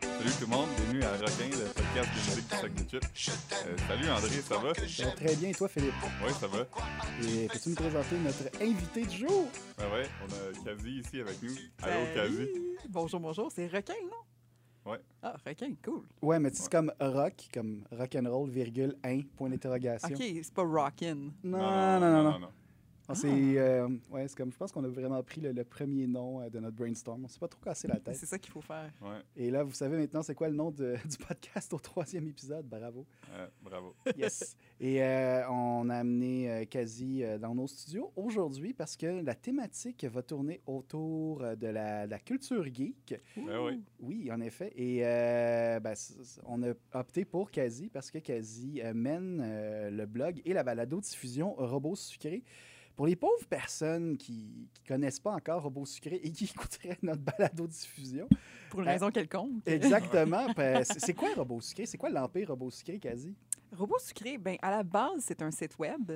Salut tout le monde, bienvenue à Requin, le podcast de musique du sac de chips. Euh, salut André, ça va? Ça va très bien, et toi, Philippe? Oui, ça va. Et peux-tu nous présenter notre invité du jour? Ah ouais, on a Kazi ici avec nous. Allô Kazi. Bonjour, bonjour. C'est requin, non? Ouais. Ah, requin, cool. Ouais, mais tu Ouais. dis comme rock, comme rock'n'roll, virgule, un, point d'interrogation. OK, c'est pas rockin'. Non, non, non, non. On s'est, euh, ouais, c'est comme, je pense qu'on a vraiment pris le, le premier nom euh, de notre brainstorm. On s'est pas trop cassé la tête. C'est ça qu'il faut faire. non. Ouais, Et là, vous savez maintenant c'est quoi le nom de- du podcast au troisième épisode. Bravo. euh, bravo. Yes. Et euh, on a amené euh, Kazi euh, dans nos studios aujourd'hui parce que la thématique va tourner autour euh, de la, la culture geek. Ben oui. Oui, en effet. Et euh, ben, c- c- on a opté pour Kazi parce que Kazi euh, mène euh, le blog et la balado-diffusion Robots Sucrés. Pour les pauvres personnes qui ne connaissent pas encore Robots Sucrés et qui écouteraient notre balado-diffusion, Pour une Euh, raison quelconque. exactement, ben, c'est c'est quoi Robots Sucrés? C'est quoi l'Empire Robots Sucrés, Kazi? Robot sucré, ben, à la base, c'est un site web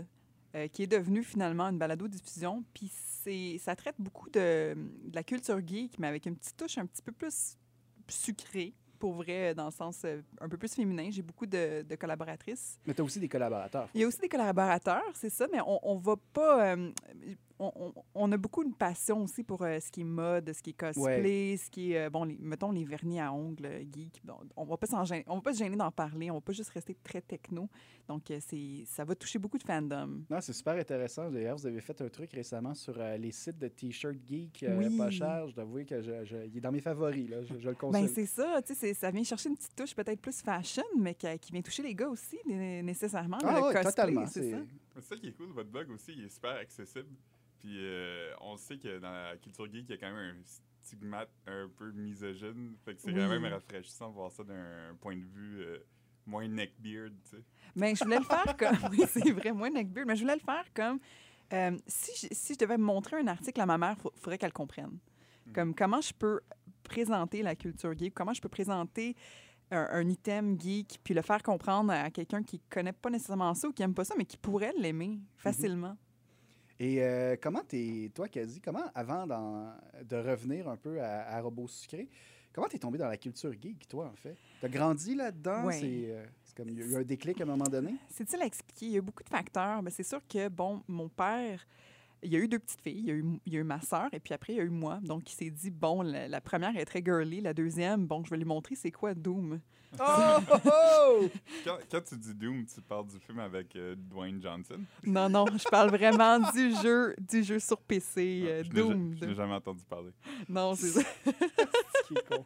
euh, qui est devenu finalement une balado-diffusion. Puis c'est- ça traite beaucoup de, de la culture geek, mais avec une petite touche un petit peu plus sucrée, pour vrai, dans le sens euh, un peu plus féminin. J'ai beaucoup de- de collaboratrices Mais tu as aussi des collaborateurs. Il y a aussi des collaborateurs, c'est ça, mais on, on va pas. euh, on, on- on a beaucoup une passion aussi pour euh, ce qui est mode, ce qui est cosplay, ce qui est. euh, bon, les- mettons les vernis à ongles euh, geek. Bon, on va pas s'en gêner- on va pas se gêner d'en parler, on va pas juste rester très techno. Donc, euh, c'est ça va toucher beaucoup de fandom. Non, c'est super intéressant. D'ailleurs, vous avez fait un truc récemment sur euh, les sites de t-shirts geek euh, Oui. pas cher. Je dois avouer que je, je- il est dans mes favoris. Là. Je, je le conseille. Ben, c'est ça, tu sais, c'est- ça vient chercher une petite touche peut-être plus fashion, mais qui, qui vient toucher les gars aussi, né- nécessairement. ah, le ouais, cosplay, totalement. c'est c'est- ça. Mais C'est ça qui est cool, votre blog aussi, il est super accessible. Puis euh, on sait que dans la culture geek, il y a quand même un stigmate un peu misogyne. Fait que c'est quand Oui. même rafraîchissant de voir ça d'un point de vue euh, moins neckbeard, tu sais. Mais je voulais le faire comme. Oui, c'est vrai, moins neckbeard, mais je voulais le faire comme. euh, si, je, si je devais montrer un article à ma mère, il faudrait qu'elle comprenne. Comme comment je peux présenter la culture geek, comment je peux présenter un, un item geek, puis le faire comprendre à quelqu'un qui connaît pas nécessairement ça ou qui aime pas ça, mais qui pourrait l'aimer facilement. Et euh, comment t'es, toi, Kazi, comment, avant d'en- de revenir un peu à, à Robots Sucrés, comment t'es tombé dans la culture geek, toi, en fait? T'as grandi là-dedans? Ouais. C'est, euh, c'est comme, il y a eu un déclic à un moment donné? C'est difficile à expliquer. Il y a beaucoup de facteurs. Mais c'est sûr que, bon, mon père, il y a eu deux petites filles. Il y a eu, il y a eu ma sœur et puis après, il y a eu moi. Donc, il s'est dit, bon, la, la première est très girly. La deuxième, bon, je vais lui montrer c'est quoi Doom. Oh! oh, oh! Quand, quand tu dis Doom, tu parles du film avec euh, Dwayne Johnson. Non, non, je parle vraiment du jeu, du jeu sur PC, euh, Ah, je n'ai ja- Doom. Je n'ai jamais entendu parler. Non, c'est ça. Qui est con.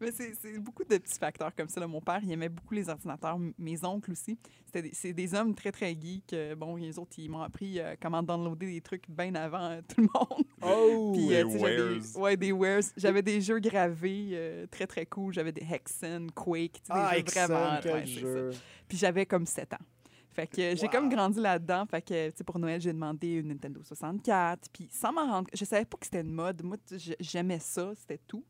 Mais c'est c'est beaucoup de petits facteurs comme ça. là. Mon père, il aimait beaucoup les ordinateurs. M- Mes oncles aussi. C'était des- C'est des hommes très, très geeks. Euh, Bon, les autres, ils m'ont appris euh, comment downloader des trucs bien avant euh, tout le monde. Oh! Puis, Des euh, tu sais, j'avais des- wares. ouais, des wares. J'avais des jeux gravés euh, très, très cool. J'avais des Hexen, Quake, tu sais, des ah, jeux excellent, vraiment. quel ouais, c'est jeu! ça. Puis j'avais comme 7 ans. Fait que euh, j'ai Wow. comme grandi là-dedans. Fait que, tu sais, pour Noël, j'ai demandé une Nintendo 64. Puis sans m'en rendre je savais pas que c'était une mode. Moi, tu sais, j- j'aimais ça, c'était tout.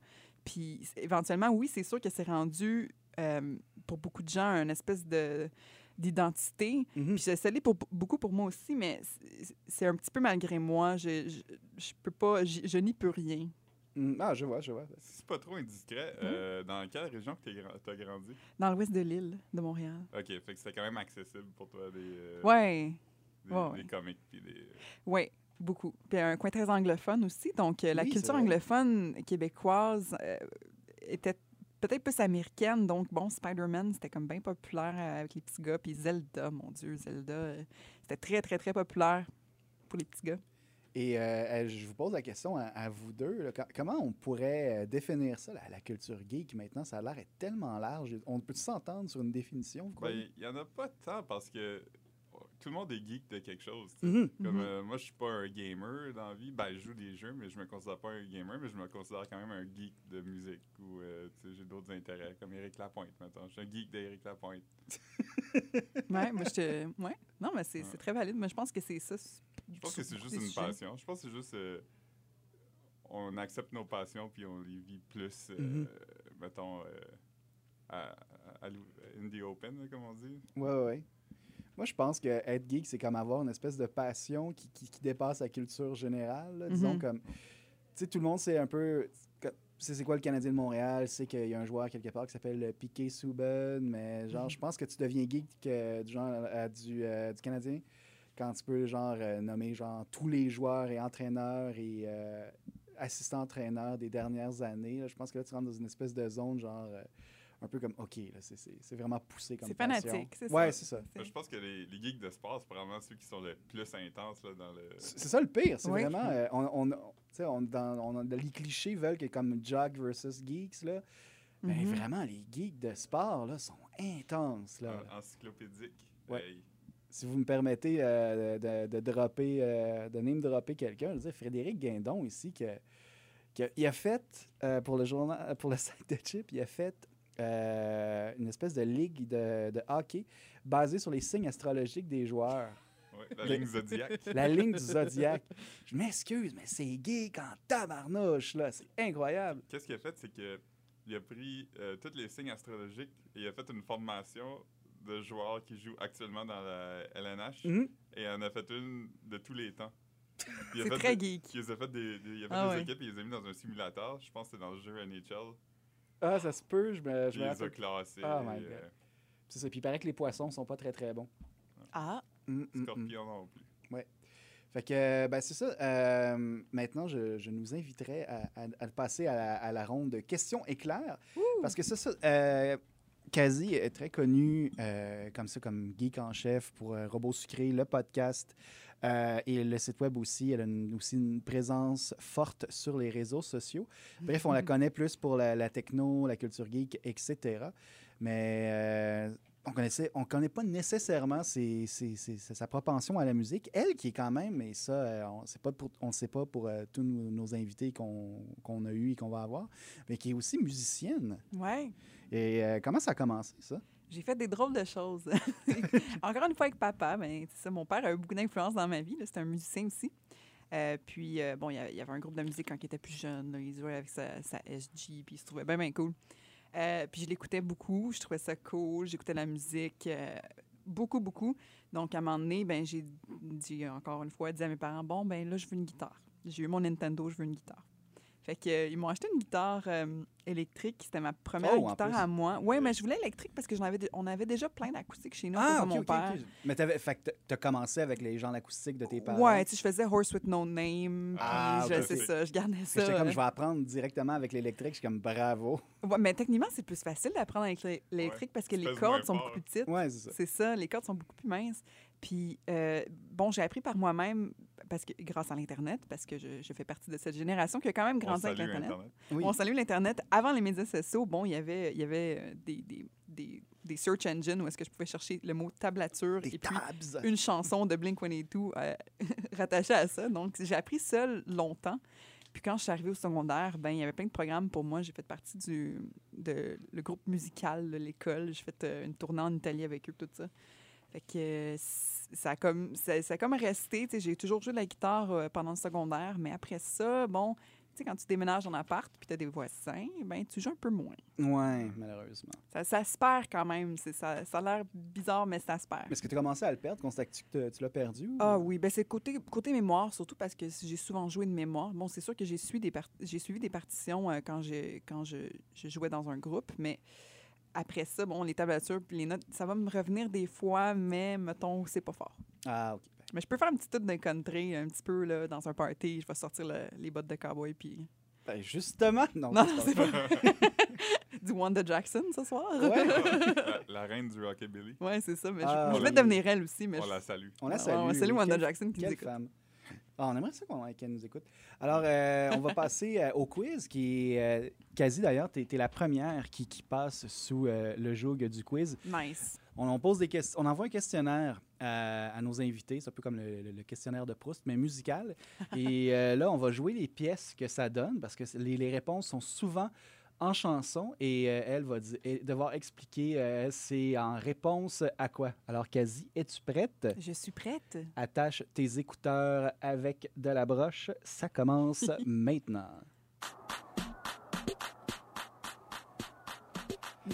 Puis c- éventuellement, oui, c'est sûr que c'est rendu, euh, pour beaucoup de gens, une espèce de d'identité. Mhm. Puis ça ça l'est pour beaucoup pour moi aussi, mais c'est- c'est un petit peu malgré moi. Je, je, je peux pas, je, je n'y peux rien. Mm, Ah, je vois, je vois. Si c'est pas trop indiscret, Hmm? euh, dans quelle région que t'es gra- t'as grandi? Dans l'ouest de l'île, de Montréal. Ok, fait que c'était quand même accessible pour toi des, euh, Ouais, des, ouais, ouais. des comics puis des. ouais, beaucoup. Puis un coin très anglophone aussi, donc euh, la Oui, c'est culture vrai. anglophone québécoise euh, était peut-être plus américaine. Donc bon, Spider-Man, c'était comme bien populaire euh, avec les petits gars. Puis Zelda, mon Dieu, Zelda, euh, c'était très, très, très populaire pour les petits gars. Et euh, euh, je vous pose la question à, à vous deux. là. Com- comment on pourrait euh, définir ça, la, la culture geek maintenant? Ça a l'air est tellement large. On peut s'entendre sur une définition? vous Ben, croyez? il y en a pas tant parce que oh, tout le monde est geek de quelque chose. tu sais. Mhm. Comme Mhm. euh, moi, je suis pas un gamer dans la vie. Ben, je joue des jeux, mais je me considère pas un gamer, mais je me considère quand même un geek de musique ou euh, tu sais, j'ai d'autres intérêts, comme Eric Lapointe, maintenant. Je suis un geek d'Éric Lapointe. Ouais, moi, je te. Ouais. Non, mais c'est c'est très valide. Mais je pense que c'est ça. Je pense que c'est juste une passion. Je pense que c'est juste. euh, on accepte nos passions puis on les vit plus, euh, Mhm. mettons, euh, à, à l'ou- in the open, là, comme on dit. Ouais, ouais, ouais. Moi, je pense que être geek, c'est comme avoir une espèce de passion qui, qui- qui dépasse la culture générale. là. Disons Mhm. comme, tu sais, tout le monde, c'est un peu. que- sais c'est quoi le Canadien de Montréal, c'est qu'il y a un joueur quelque part qui s'appelle Piqué Souben, mais genre, Mhm. je pense que tu deviens geek euh, du, genre, euh, du, euh, du Canadien quand tu peux, genre, euh, nommer, genre, tous les joueurs et entraîneurs et euh, assistants-entraîneurs des dernières années. là. je pense que là, tu rentres dans une espèce de zone, genre, euh, un peu comme, OK, là, c'est- c'est c'est vraiment poussé comme C'est passion. fanatique, c'est ça. Ouais, c'est ça. Ben, Je pense que les, les geeks de sport, c'est probablement ceux qui sont les plus intenses là, dans le. C'est c'est ça le pire, c'est Oui. vraiment. euh, on, on, tu sais, on- dans- on- les clichés veulent que comme Jock versus Geeks, là, Ben, mais Mhm. vraiment, les geeks de sport là, sont intenses. Là. en- encyclopédique. Ouais. Hey. Si vous me permettez euh, de, de dropper, euh, de name dropper quelqu'un, je veux dire Frédéric Guindon ici, que, que- il a fait euh, pour le journal, pour le site de Chip, il a fait euh, une espèce de ligue de, de hockey basée sur les signes astrologiques des joueurs. Ouais, la Le- ligne zodiaque. La ligne du zodiaque. Je m'excuse, mais c'est geek en tabarnouche, là. C'est incroyable. Qu'est-ce qu'il a fait, c'est que il a pris euh, tous les signes astrologiques et il a fait une formation de joueurs qui jouent actuellement dans la LNH Mhm. et en a fait une de tous les temps. Il a C'est fait très des- geek. Il les a fait des, des- il a fait Ah des ouais. équipes et il les a mis dans un simulateur. Je pense que c'est dans le jeu NHL. Ah, ça se peut, je me, je Il me les a rappelle. classés. Oh my euh, God. C'est ça. Puis il paraît que les poissons sont pas très, très bons. Ah, Mm, mm, mm. Mhm, Scorpion non plus. Fait que, euh, ben, c'est ça. Euh, maintenant, je, je nous inviterai à, à- à passer à la, à la ronde de questions éclairs. Parce que ça, ça euh, Kazi est très connu euh, comme ça, comme geek en chef pour euh, Robots Sucrés, le podcast euh, et le site web aussi. Elle a une- aussi une présence forte sur les réseaux sociaux. Bref, on la connaît plus pour la, la techno, la culture geek, etc. Mais euh, on connaissait, on connaît pas nécessairement ses- ses- ses- ses- sa propension à la musique. Elle qui est quand même, et ça, euh, on ne pas pour- on le sait pas pour euh, tous nos, nos invités qu'on qu'on a eus et qu'on va avoir, mais qui est aussi musicienne. ouais. Et euh, comment ça a commencé, ça? J'ai fait des drôles de choses. Encore une fois avec papa, ben, c'est ça, mon père a eu beaucoup d'influence dans ma vie. là, C'était un musicien aussi. Euh, puis, euh, bon, il y, a- il y avait un groupe de musique quand il était plus jeune. là, il jouait avec sa, sa SG, puis il se trouvait bien, bien cool. Euh, puis je l'écoutais beaucoup. Je trouvais ça cool. J'écoutais la musique euh, beaucoup, beaucoup. Donc, à un moment donné, ben, j'ai dit encore une fois, dit à mes parents, bon, ben là, je veux une guitare. J'ai eu mon Nintendo, je veux une guitare. Fait que, euh, ils m'ont acheté une guitare euh, électrique. C'était ma première Oh, en guitare plus. à moi. Oui, mais je voulais électrique parce que j'en avais, dé- on avait déjà plein d'acoustiques chez nous. à cause de Ah, ok, Ah, mon ok, père. ok. Mais t'avais, fait que t'as commencé avec les gens acoustiques de tes parents. Ouais, tu sais, je faisais Horse with No Name. Ah, puis je- ok, c'est ok. ça, je gardais J'étais ça. euh, comme, je vais apprendre directement avec l'électrique. Je suis comme, bravo. Ouais, mais techniquement, c'est plus facile d'apprendre avec l'é- l'électrique parce que tu les pèses moins cordes sont fort. beaucoup plus petites. Ouais, c'est ça. C'est ça, les cordes sont beaucoup plus minces. Puis, euh, bon, j'ai appris par moi-même, parce que grâce à l'Internet, parce que je, je fais partie de cette génération qui a quand même On grandi avec salue l'Internet. Internet. Oui. On salue l'Internet. Avant les médias sociaux, bon, il y avait, il y avait euh, des, des, des, des search engines où est-ce que je pouvais chercher le mot tablature Des et puis tabs. une chanson de Blink-182 euh, rattachée à ça. Donc, j'ai appris seul longtemps. Puis quand je suis arrivée au secondaire, ben il y avait plein de programmes pour moi. J'ai fait partie du de, le groupe musical de l'école. J'ai fait euh, une tournée en Italie avec eux, tout ça. Fait que euh, c- ça a comme, ça, ça a comme resté. Tu sais, J'ai toujours joué de la guitare euh, pendant le secondaire, mais après ça, bon, tu sais, quand tu déménages en appart puis tu as des voisins, ben tu joues un peu moins. Ouais, malheureusement. Ça, ça se perd quand même. C'est- Ça, ça a l'air bizarre, mais ça se perd. Mais est-ce que tu as commencé à le perdre? Constates-tu que t'as- tu l'as perdu? ou- Ah oui, ben c'est côté, côté mémoire, surtout parce que j'ai souvent joué de mémoire. Bon, c'est sûr que j'ai suivi des, par- j'ai suivi des partitions euh, quand, j'ai, quand je, je jouais dans un groupe, mais après ça, bon, les tablatures puis les notes, ça va me revenir des fois, mais mettons, c'est pas fort. Ah, OK. Mais je peux faire un petit tour d'un country, un petit peu là, dans un party, je vais sortir le- les bottes de cowboy puis Ben, justement, non. Non, c'est pas c'est vrai. du Wanda Jackson ce soir. Ouais. la, la reine du rockabilly. Ouais, c'est ça, mais je- Ah, je, voulais oui. devenir elle aussi, mais On je- la salue. On Ah, Ouais, la salue. ouais, salut oui. Wanda Quelle- Jackson qui nous Quelle écoute. femme. Ah, on aimerait ça qu'on- qu'elle nous écoute. Alors, euh, on va passer euh, au quiz qui est... euh, quasi d'ailleurs, tu es, la première qui, qui passe sous euh, le joug du quiz. Nice. On, on pose des questions, on envoie un questionnaire euh, à nos invités, c'est un peu comme le, le- le questionnaire de Proust, mais musical. Et euh, là, on va jouer les pièces que ça donne parce que c'est- les, les réponses sont souvent en chanson et euh, elle va di- et devoir expliquer euh, c'est en réponse à quoi. Alors, Kazi, es-tu prête? Je suis prête. Attache tes écouteurs avec de la broche. Ça commence maintenant.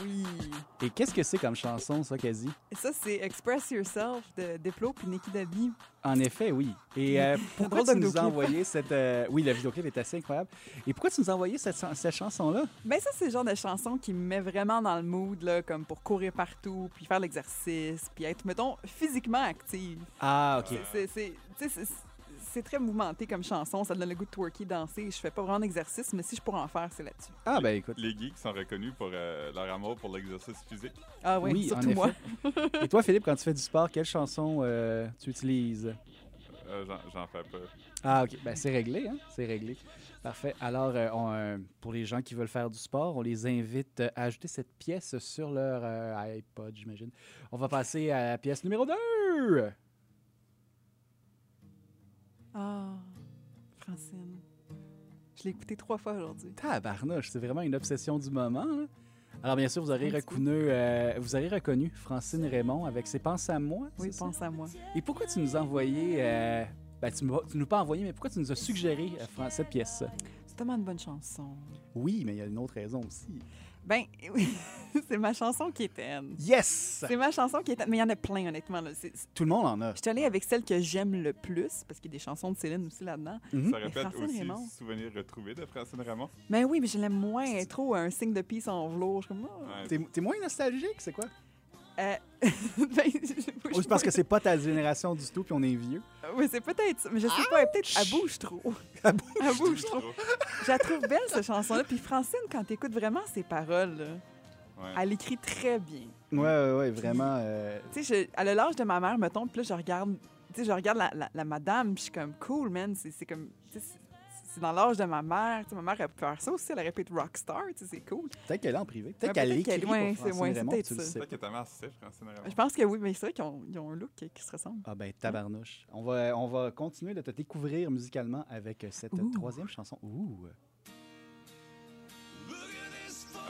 Oui. Et qu'est-ce que c'est comme chanson, ça, quasi? Et ça, c'est Express Yourself de Diplo puis Nikki Dabi. En effet, oui. Et euh, pourquoi Drôle tu de nous as vidéoclip. envoyé cette... euh, Oui, le vidéoclip est assez incroyable. Et pourquoi tu nous as envoyé cette, chan- cette chanson-là? Ben ça, c'est le genre de chanson qui me met vraiment dans le mood, là, comme pour courir partout, puis faire l'exercice, puis être, mettons, physiquement active. Ah, OK. C'est- c'est- c'est- tu sais, c'est- C'est très mouvementé comme chanson, ça donne le goût de twerker, danser. Je fais pas vraiment d'exercice, mais si je pourrais en faire, c'est là-dessus. Ah, ben écoute. Les geeks sont reconnus pour euh, leur amour pour l'exercice physique. Ah ouais, Oui, en surtout effet. moi. Et toi, Philippe, quand tu fais du sport, quelle chanson euh, tu utilises? Euh, j'en- J'en fais pas. Ah, OK. Ben, c'est réglé, hein? C'est réglé. Parfait. Alors, euh, on, euh, pour les gens qui veulent faire du sport, on les invite euh, à ajouter cette pièce sur leur euh, iPod, j'imagine. On va passer à la pièce numéro 2! Ah, Francine. Je l'ai écouté trois fois aujourd'hui. Tabarnouche, c'est vraiment une obsession du moment. là. Alors, bien sûr, vous aurez, Un petit reconnu, euh, vous aurez reconnu Francine Raymond avec ses Penses à moi. Oui, c'est ça? pense à moi. Et pourquoi tu nous as envoyé. euh, ben, tu ne nous as pas envoyé, mais pourquoi tu nous as suggéré euh, Fran- cette pièce? C'est tellement une bonne chanson. Oui, mais il y a une autre raison aussi. Ben, oui, c'est ma chanson qui est terne. Yes! C'est ma chanson qui est terne. Mais il y en a plein, honnêtement. Là. C'est- c'est- Tout le monde en a. Je suis allée avec celle que j'aime le plus, parce qu'il y a des chansons de Céline aussi là-dedans. Mhm. Ça répète Hmm? Francine aussi Raymond. Souvenir retrouvé de Francine Raymond. Mais oui, mais je l'aime moins. Elle est trop un signe de peace en velours. Je suis comme, oh. Ouais. T'es t'es moins nostalgique, c'est quoi? Euh, ben, je- Ou c'est parce que c'est pas ta génération du tout, puis on est vieux. Oui, c'est peut-être ça. Mais je sais pas, elle, peut-être, elle bouge trop. Elle bouge Elle bouge trop. trop. Je la trouve belle, cette chanson-là. Puis Francine, quand t'écoutes vraiment ses paroles, là, Ouais. elle écrit très bien. Ouais, ouais, ouais, vraiment. euh, Tu sais, je- elle a l'âge de ma mère, mettons, puis là, je regarde, tu sais, je regarde la, la- la madame, puis je suis comme, cool, man, c'est c'est comme, tu sais, c'est c'est dans l'âge de ma mère. Tu sais, ma mère, elle peut faire ça aussi, elle répète rockstar, tu sais, c'est cool. Peut-être qu'elle est en privé. Ouais, Peut-être qu'elle peut-être écrit qu'elle- pour ouais, c'est- Francine ouais, c'est Raymond, peut-être tu le ça. sais Peut-être que ta mère c'est Francine Raymond. Je pense que oui, mais c'est vrai qu'ils ont, ils ont un look qui qui se ressemble. Ah ben tabarnouche. On va, on va continuer de te découvrir musicalement avec cette Ouh. troisième chanson. Ouh.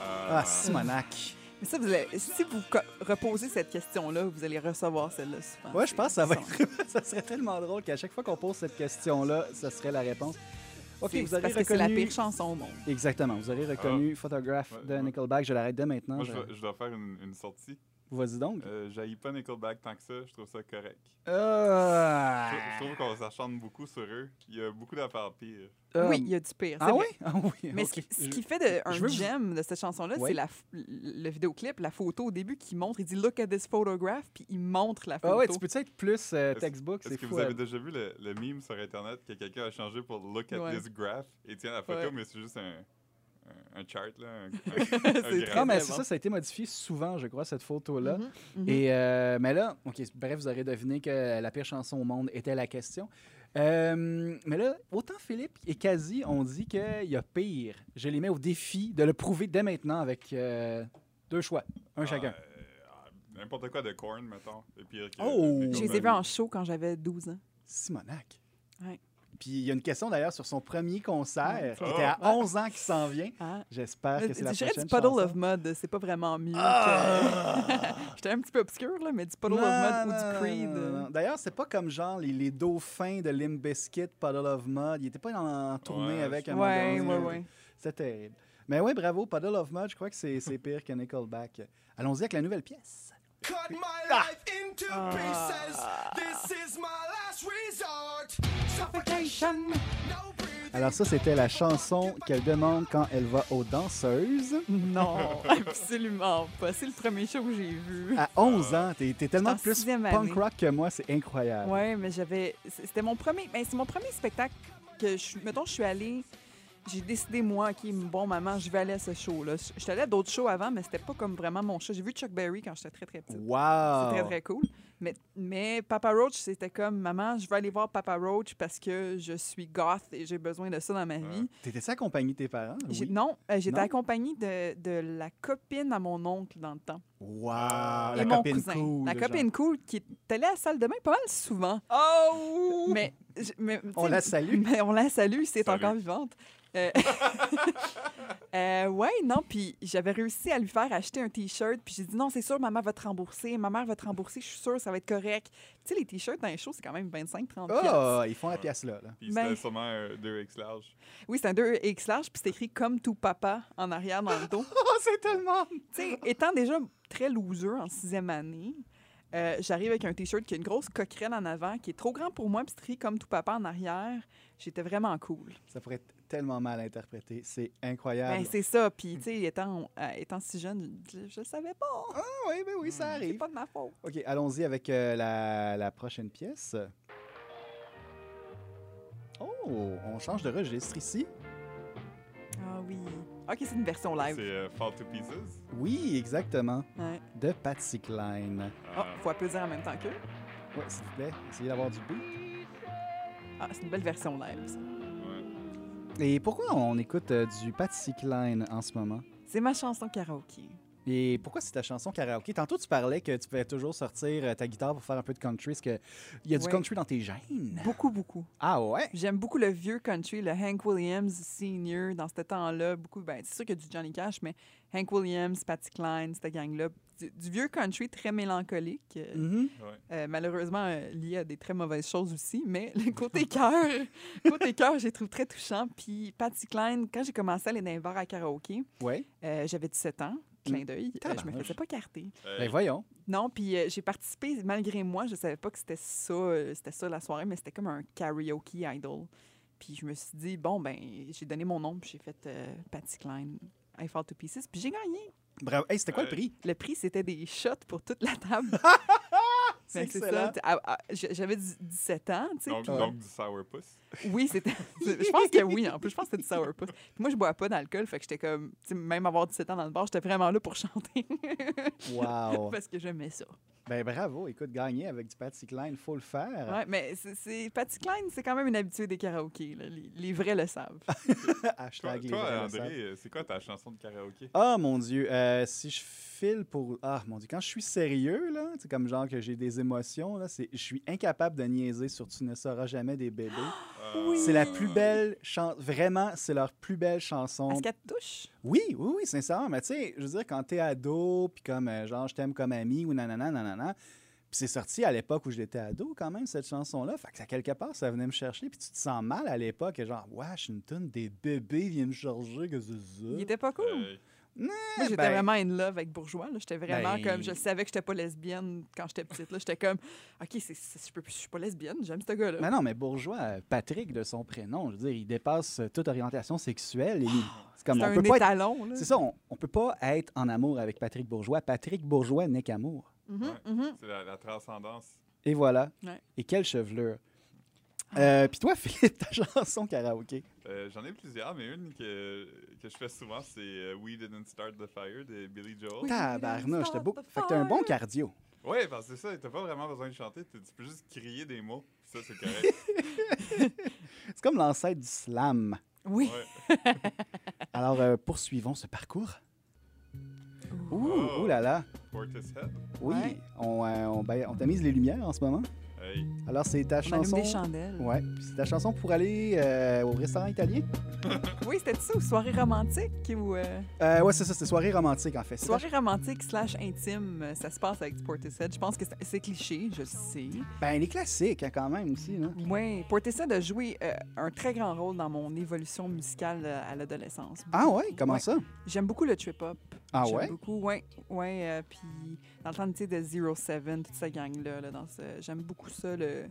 Euh, Ah, Simonac. Mais ça, vous allez- si vous co- reposez cette question-là, vous allez recevoir celle-là souvent. Ouais, je C'est- pense que ça va c'est- être... ça serait tellement drôle qu'à chaque fois qu'on pose cette question-là, ça serait la réponse. OK, c'est- vous c'est aurez parce que c'est la reconnu... pire chanson au monde. Exactement, vous aurez reconnu Photograph Ah. Ouais, de ouais. Nickelback. Je l'arrête dès maintenant. Moi, je- je, dois- je dois faire une, une sortie. Vas-y donc. Euh, J'haïs pas Nickelback tant que ça, je trouve ça correct. Je, Euh, je trouve qu'on s'acharne beaucoup sur eux. Il y a beaucoup d'affaires pires. euh, oui, il y a du pire. c'est Ah vrai. oui? Ah oui, Mais ok. ce qui- ce, Je- qui fait de, un je veux vous- gemme de cette chanson-là, Ouais. c'est la, f- le vidéoclip, la photo au début qui montre. Il dit Look at this photograph, puis il montre la photo. Ah ouais, tu peux-tu être plus euh, Est-ce- textbook? Est-ce C'est que fou. vous hein. avez elle. déjà vu le, le meme sur Internet que quelqu'un a changé pour Look at Ouais. this graph et tient la photo, Ouais. mais c'est juste un, un- un chart, là, un, un- un C'est graphe. Ah, mais Très c'est bon. ça, ça a été modifié souvent, je crois, cette photo-là. Mhm, mhm. Et euh, mais là, ok, bref, vous aurez deviné que la pire chanson au monde était la question. Euh, mais là, autant Philippe et Kazi ont dit qu'il y a pire. Je les mets au défi de le prouver dès maintenant avec euh, deux choix, un Ah, chacun. euh, ah, N'importe quoi de corn, mettons. Et pire que, Oh! Nickelback. Je les ai vus en show quand j'avais 12 ans. Simonac. Ouais. Puis il y a une question d'ailleurs sur son premier concert, Ouais, qui ça. était à Ah. 11 ans qui s'en vient. Ah. J'espère Je que c'est la dirais du prochaine Puddle chanson. Ah! of Mud, c'est pas vraiment mieux. que- euh, J'étais un petit peu obscur, là, mais du Ah! Puddle of Mud Non, non, ou du Creed. non, non, euh. non. D'ailleurs, c'est pas comme genre les, les dauphins de Limp Bizkit, Puddle of Mud. Ils étaient pas en, en tournée Ouais, avec je- un moment Ouais, donné. ouais, ouais. C'est terrible. Mais ouais, bravo, Puddle of Mud, je crois que c'est c'est pire que Nickelback. Allons-y avec la nouvelle pièce. Cut my life into pieces. Ah. This is my last resort. Suffocation. No breathing. Alors ça, c'était la chanson qu'elle demande quand elle va aux danseuses. Non, absolument pas. C'est le premier show que j'ai vu. À 11 ans, t'es t'es tellement en plus sixième punk année. rock que moi, c'est incroyable. Ouais, mais j'avais. C'était mon premier. Ben, c'est mon premier spectacle que je. Mettons, je suis allée. J'ai décidé, moi, qui bon, maman, je vais aller à ce show-là. Je suis allée à d'autres shows avant, mais c'était pas comme vraiment mon show. J'ai vu Chuck Berry quand j'étais très, très petite. Wow! C'est très, très cool. Mais, mais Papa Roach, c'était comme, maman, je vais aller voir Papa Roach parce que je suis goth et j'ai besoin de ça dans ma vie. T'étais-tu accompagné de tes parents? J'ai- Ah, Oui. Non, euh, j'étais Non? accompagnée de, de la copine à mon oncle dans le temps. Wow! Et Ah, la et mon copine cousin. cool, la genre. copine cool qui est allée à la salle de bain pas mal souvent. Oh! Mais, je- mais, tu On sais, la salue. Mais on la salue, c'est Salut. encore vivante. Euh, euh, ouais, non, puis j'avais réussi à lui faire acheter un T-shirt, puis j'ai dit non, c'est sûr, maman va te rembourser, ma mère va te rembourser, je suis sûre, ça va être correct. Tu sais, les T-shirts dans les shows, c'est quand même 25-30 Ah, ils font la pièce là. là. Puis c'était Ben- sûrement un 2X large. Oui, c'est un 2X large, puis c'est écrit comme tout papa en arrière dans le dos. Oh, c'est tellement. tu sais, étant déjà très loser en sixième année, euh, j'arrive avec un t-shirt qui a une grosse coquerelle en avant, qui est trop grand pour moi, puis c'est écrit comme tout papa en arrière. J'étais vraiment cool. Ça pourrait être tellement mal interprété. C'est incroyable. Ben, c'est ça. Puis, tu sais, étant, euh, étant si jeune, je, je le savais pas. Ah oui, ben oui, ça Hmm, C'est arrive. pas de ma faute. OK, allons-y avec euh, la, la prochaine pièce. Oh, on change de registre ici. Ah oui. OK, c'est une version C'est live. euh, Fall to Pieces. Oui, exactement. Ouais. De Patsy Cline. Oh, Ah, faut applaudir en même temps qu'eux. Ouais, s'il vous plaît, essayez d'avoir du beat. Ah, c'est une belle version live, ça. ouais. Ben, Et pourquoi on écoute euh, du Patsy Cline en ce moment? C'est ma chanson karaoké. Et pourquoi c'est ta chanson karaoké? Tantôt, tu parlais que tu pouvais toujours sortir euh, ta guitare pour faire un peu de country. Est-ce que il y a du Ouais. country dans tes gènes? Beaucoup, beaucoup. Ah ouais? J'aime beaucoup le vieux country, le Hank Williams Senior dans ce temps-là. Beaucoup, ben, c'est sûr qu'il y a du Johnny Cash, mais Hank Williams, Patty Klein, cette gang-là. Du, du vieux country très mélancolique, euh, Mhm. euh, malheureusement euh, lié à des très mauvaises choses aussi, mais le côté cœur, côté cœur, je les trouve très touchant. Puis Patty Klein, quand j'ai commencé à aller dans les bars à karaoké, Ouais. euh, j'avais 17 ans, clin d'œil, euh, je me Mm. Tabarnouche. faisais pas carter. Euh, Ben voyons. Non, puis euh, j'ai participé malgré moi. Je savais pas que c'était ça, euh, c'était ça la soirée, mais c'était comme un karaoke idol. Puis je me suis dit bon ben j'ai donné mon nom, puis j'ai fait euh, Patty Klein, I Fall to Pieces, puis j'ai gagné. Bravo. Hey, c'était quoi le Ouais. prix? Le prix c'était des shots pour toute la table. Ben, c'est ça. excellent. T- à- à- j- J'avais dix- 17 ans, tu sais. donc, Ouais. donc du sourpuss. Oui, c'était. Je pense que oui, en plus. Je pense que c'était du sourpuss. Puis moi, je bois pas d'alcool, fait que j'étais comme. tu sais, Même avoir 17 ans dans le bar, j'étais vraiment là pour chanter. Wow. parce que j'aimais ça. ben bravo. Écoute, gagner avec du Patsy Cline, faut le faire. Ouais, mais c'est- c'est Patty Klein, c'est quand même une habitude des karaokés. là. Les, les vrais le savent. Toi, Hashtag les toi, vrais le savent. André, euh, c'est quoi ta chanson de karaoké? Ah mon dieu, euh, si je file pour ah mon dieu, quand je suis sérieux là, c'est comme genre que j'ai des émotions là, c'est je suis incapable de niaiser sur tu ne seras jamais des bébés. Ah, oui. C'est la plus belle chanson, vraiment, c'est leur plus belle chanson. Est-ce qu'elle te touche? Oui, oui, oui, sincèrement, mais tu sais, je veux dire quand t'es ado puis comme euh, genre je t'aime comme ami ou nanana nanana. Puis c'est sorti à l'époque où j'étais ado quand même cette chanson là, fait que ça quelque part ça venait me chercher puis tu te sens mal à l'époque et genre wesh une tonne des bébés vient me charger que c'est ça. Il était pas cool. Euh, Moi, j'étais ben- vraiment in love avec Bourgeois. là. J'étais vraiment Ben- comme. Je savais que j'étais pas lesbienne quand j'étais petite. là. J'étais comme. OK, c'est- c'est- je peux- je suis pas lesbienne, j'aime ce gars-là. Mais non, mais bourgeois, euh, Patrick de son prénom, je veux dire, il dépasse euh, toute orientation sexuelle. et il- c'est comme Oh, C'est on un peut pas être- étalon. là. C'est ça, on, on peut pas être en amour avec Patrick Bourgeois. Patrick Bourgeois n'est qu'amour. Mhm, Ouais. mhm. C'est la, la transcendance. Et voilà. Ouais. Et quelle chevelure. Ah. Euh, Puis toi, Philippe, ta chanson karaoké. Euh, J'en ai plusieurs, mais une que, que je fais souvent, c'est euh, We Didn't Start the Fire de Billy Joel. Tabarnouche, t'as beau... start the Fait que t'as un bon fire. cardio. Ouais, parce que c'est ça, t'as pas vraiment besoin de chanter, tu tu peux juste crier des mots, puis ça c'est correct. C'est comme l'ancêtre du slam. Oui. Ouais. Alors, euh, poursuivons ce parcours. Ouh, Oh. ouh là là. Portishead. Oui, Ouais. on, euh, on, ben, on tamise les lumières en ce moment. Hey. Alors, c'est ta On allume chanson... des chandelles. Ouais, puis c'est ta chanson pour aller euh, au restaurant italien? Oui, c'était ça, ou soirée romantique ou. euh, Euh, ouais, c'est ça, c'est soirée romantique en fait. C'est Soirée romantique slash intime, euh, ça se passe avec du Portishead. Je pense que c'est- c'est cliché, je le sais. pas- Ben, les classiques hein, quand même aussi. Là. Oui, Portishead a joué euh, un très grand rôle dans mon évolution musicale euh, à l'adolescence. Ah ouais, comment Ouais. ça? J'aime beaucoup le trip-hop. Ah J'aime ouais? beaucoup, ouais, ouais. euh, puis dans le temps tu sais, de Zero Seven, toute cette gang-là, là, dans ce- j'aime beaucoup ça, le,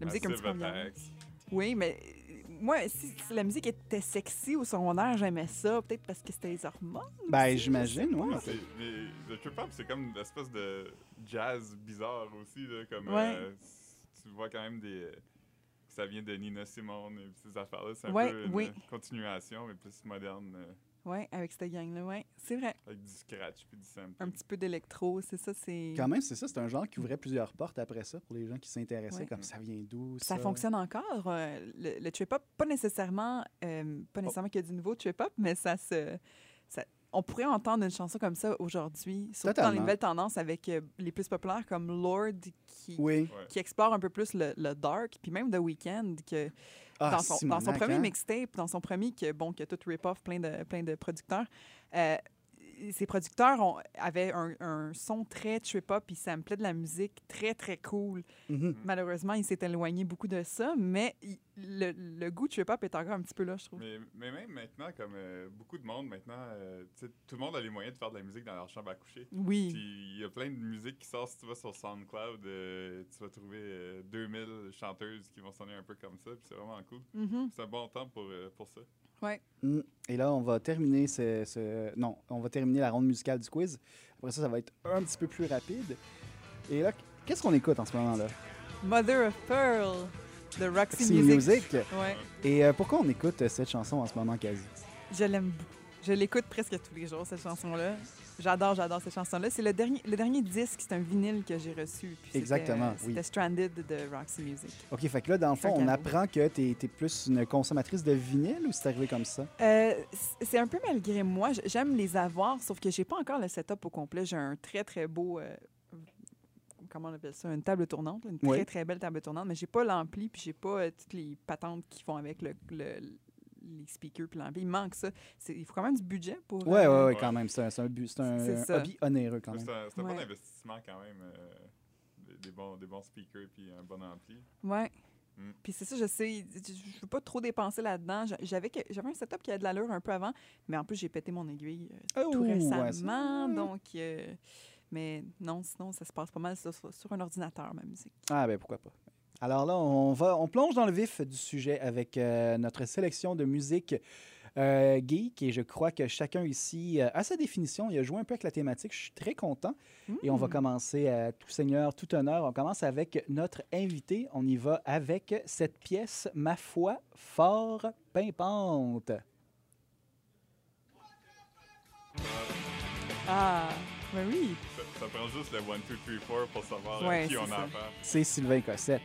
la musique un petit peu Massive ambiante. Attack. Oui, mais euh, moi, si, si la musique était sexy au secondaire, j'aimais ça, peut-être parce que c'était les hormones. Ben, j'imagine, ouais. Ah, c'est- mais le K-pop, c'est comme une espèce de jazz bizarre aussi, là, comme Ouais. euh, c- tu vois quand même des... euh, Ça vient de Nina Simone et ces affaires-là, c'est un Ouais, peu une oui. continuation, mais plus moderne, euh, Ouais, avec cette gang-là, ouais. C'est vrai. avec du scratch puis du sample. Un petit peu d'électro, c'est ça, c'est. Quand même, c'est ça, c'est un genre qui ouvrait plusieurs portes après ça pour les gens qui s'intéressaient, Ouais. comme ça vient d'où. Ça fonctionne encore, euh, le, le trip-hop. Pas nécessairement, euh, Oh. pas nécessairement qu'il y a du nouveau trip-hop, mais ça se... ça- on pourrait entendre une chanson comme ça aujourd'hui, surtout dans les Totalement. nouvelles tendances avec euh, les plus populaires comme Lord qui, Oui. Ouais. qui explore un peu plus le, le dark, puis même The Weeknd, que Ah, dans son, dans son Simonac, premier hein? mixtape, dans son premier que bon que tout rip-off, plein de plein de producteurs. euh, ses producteurs ont- avaient un, un son très trip-hop puis ça me plaît de la musique très très cool. Mhm. Malheureusement, il s'est éloigné beaucoup de ça, mais il- le, le goût trip-hop est encore un petit peu là, je trouve. Mais, mais même maintenant, comme euh, beaucoup de monde maintenant, euh, tu sais, tout le monde a les moyens de faire de la musique dans leur chambre à coucher. Oui. Puis il y a plein de musique qui sort. Si tu vas sur SoundCloud, euh, tu vas trouver euh, 2000 chanteuses qui vont sonner un peu comme ça. Puis c'est vraiment cool. Mhm. C'est un bon temps pour, euh, pour ça. Mm. Et là, on va terminer ce, ce- Non, on va terminer la ronde musicale du quiz. Après ça, ça va être un petit peu plus rapide. Et là, qu'est-ce qu'on écoute en ce moment-là? Mother of Pearl de Roxy, C'est Music. Music. Ouais. Et euh, pourquoi on écoute euh, cette chanson en ce moment, quasi? Je l'aime beaucoup. Je l'écoute presque tous les jours, cette chanson-là. J'adore, j'adore cette chanson-là. C'est le dernier, le dernier disque, c'est un vinyle que j'ai reçu. puis c'était- Exactement, oui. C'était Stranded de Roxy Music. OK, fait que là, dans le fond, Un on cadeau. apprend que t'es es plus une consommatrice de vinyle ou c'est arrivé comme ça? Euh, c- c'est un peu malgré moi. J- J'aime les avoir, sauf que j'ai pas encore le setup au complet. J'ai un très, très beau... euh, comment on appelle ça? Une table tournante. là, Une Oui. très, très belle table tournante. Mais j'ai pas l'ampli, puis j'ai pas euh, toutes les patentes qui font avec le... le- les speakers puis l'ampli. Il manque ça. C'est- Il faut quand même du budget pour... Ouais, ouais, euh, ouais, quand même. C'est un, c'est un bu- c'est un C'est ça. hobby onéreux quand même. C'est un, c'est un bon Ouais. investissement quand même. euh, des, des bons, des bons speakers puis un bon ampli. Ouais. Mm. Puis c'est ça, je sais, je je veux pas trop dépenser là-dedans. J'a- J'avais que- j'avais un setup qui a de l'allure un peu avant, mais en plus j'ai pété mon aiguille euh, Oh, tout ouais, ça- récemment, donc. euh, mais non, sinon ça se passe pas mal sur, sur- sur un ordinateur ma musique. Ah, ben pourquoi pas. Alors là, on, va, on plonge dans le vif du sujet avec euh, notre sélection de musique euh, geek et je crois que chacun ici euh, a sa définition. Il a joué un peu avec la thématique. Je suis très content. Et on va Mm. commencer à tout seigneur, tout honneur. On commence avec notre invité. On y va avec cette pièce, ma foi, fort pimpante. Ah, ben oui. Ça, ça prend juste le 1, 2, 3, 4 pour savoir à Ouais, qui c'est on a ça. affaire. C'est Sylvain Cossette.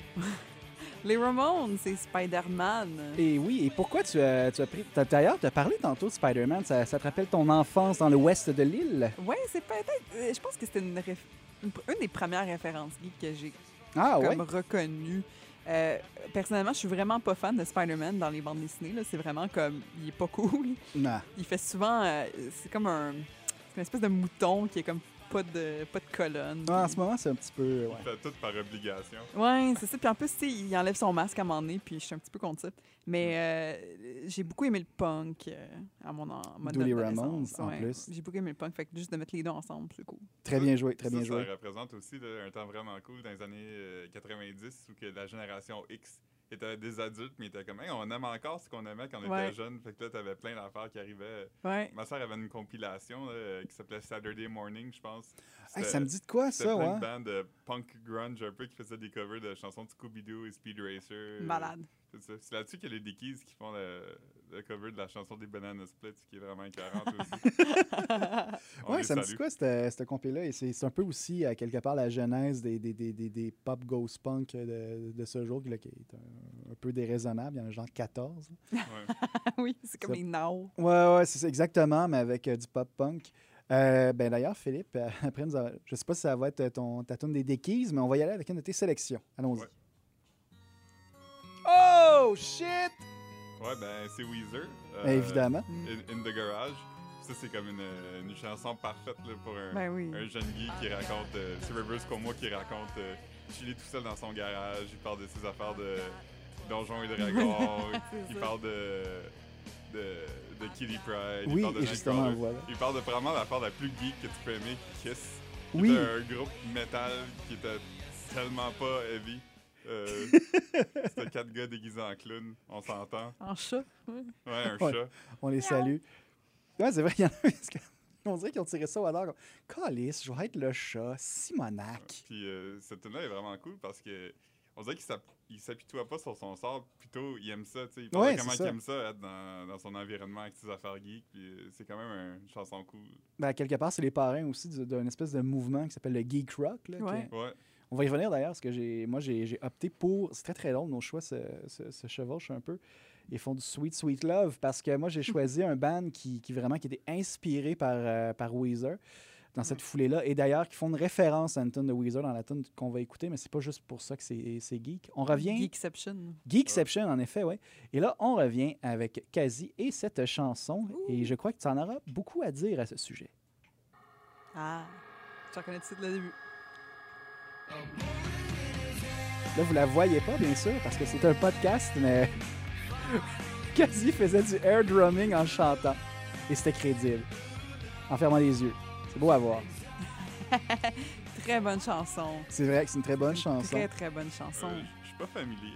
Les Ramones, c'est Spider-Man. Et oui, et pourquoi tu as, tu as pris... t'as- D'ailleurs, tu as parlé tantôt de Spider-Man. Ça, ça te rappelle ton enfance dans le ouest de l'île? Ouais, c'est peut-être. euh, Je pense que c'était une, réf- une pr- une des premières références geek que j'ai Ah ouais? comme reconnu. Euh, personnellement, je suis vraiment pas fan de Spider-Man dans les bandes dessinées. là. C'est vraiment comme, il est pas cool. Non. Il fait souvent, euh, c'est comme un, c'est une espèce de mouton qui est comme pas de, pas de colonne. Ah, en puis- ce moment, c'est un petit peu... ouais. On fait tout par obligation. Ouais, c'est ça. Puis en plus, tu sais, il enlève son masque à un moment donné, puis je suis un petit peu contre ça. Mais euh, j'ai beaucoup aimé le punk euh, à mon en- mon D'où les Ramones, adolescence, en ouais. plus. J'ai beaucoup aimé le punk, fait que juste de mettre les deux ensemble, c'est cool. Très bien joué, très Ça, bien joué. Ça représente aussi là, un temps vraiment cool dans les années euh, 90 où que la génération X était des adultes, mais était comme Hey, on aime encore ce qu'on aimait quand on Ouais. était jeune. Fait que là, t'avais plein d'affaires qui arrivaient. Ouais. Ma soeur avait une compilation là, euh, qui s'appelait Saturday Morning, je pense. Hey, C'était- ça me dit de quoi, euh, c'était ça, plein ouais? de bandes de punk grunge un peu qui faisaient des covers de chansons de Scooby-Doo et Speed Racer. euh, Malade. tout ça. C'est là-dessus qu'il y a les Dickies qui font le, le cover de la chanson des Banana Splits qui est vraiment écœurante aussi. On Ouais, les ça me salue. dit quoi, cette, cette compé-là? Et c'est c'est un peu aussi, à quelque part, la genèse des, des, des, des, des pop ghost punk de, de ce jour, là, qui est un, un peu déraisonnable. Il y en a genre 14. là. Ouais. Ah oui, c'est comme Ça- les Now. Ouais, ouais, c'est ça, exactement, mais avec euh, du pop punk. Euh, ben d'ailleurs, Philippe, euh, après, nous a- je sais pas si ça va être euh, ton, ta tune des déquises, mais on va y aller avec une de tes sélections. Allons-y. Ouais. Oh, shit! Ouais, ben c'est Weezer. euh, Ben, évidemment. In, In the Garage. Ça, c'est comme une, une chanson parfaite là, pour un, Ben oui. un jeune geek qui raconte. euh, c'est Rivers Cuomo qui raconte euh, chiller tout seul dans son garage. Il parle de ses affaires de Donjons et Dragons. C'est il ça. parle de, de, de Kitty Pride. il Oui, parle de et Nightcrawler. justement, voilà. Il parle de vraiment l'affaire la plus geek que tu peux aimer, Kiss. qui Oui. était un groupe metal qui était tellement pas heavy. Euh, C'était quatre gars déguisés en clown, on s'entend. En chat. ouais. Ouais, un Ouais. chat. On les salue. Ouais, c'est vrai, il y en a parce que- On dirait qu'ils ont tiré ça au hasard. comme, Calice, je vais être le chat, Simonac. Puis euh, cette tune-là est vraiment cool parce que on dirait qu'il s'ap- il s'apitoie pas sur son sort, plutôt il aime ça, tu sais. Il parle Ouais, de comment c'est il ça. aime ça être dans, dans son environnement avec ses affaires geek, puis euh, c'est quand même une chanson cool. Ben, quelque part, c'est les parrains aussi du- d'un espèce de mouvement qui s'appelle le geek rock. là, qui- Ouais. Ouais, Euh, On va y revenir d'ailleurs, parce que j'ai, moi, j'ai, j'ai opté pour. C'est très très long, nos choix se, se- se chevauchent un peu. Ils font du Sweet Sweet Love, parce que moi, j'ai choisi un band qui, qui vraiment qui était inspiré par, euh, par Weezer. dans cette foulée-là. Et d'ailleurs, qui font une référence à une tune de Weezer dans la tune qu'on va écouter, mais c'est pas juste pour ça que c'est c'est geek. On revient. Geekception. Geekception, en effet, oui. Et là, on revient avec Kazi et cette chanson. Et je crois que tu en auras beaucoup à dire à ce sujet. Ah. Tu reconnais tout de suite le début. Là, vous la voyez pas, bien sûr, parce que c'est un podcast, mais Kazi faisait du air drumming en chantant. Et c'était crédible. En fermant les yeux. C'est beau à voir. Très bonne chanson. C'est vrai que c'est une très bonne chanson. Très, très bonne chanson. Euh, Je suis pas familier.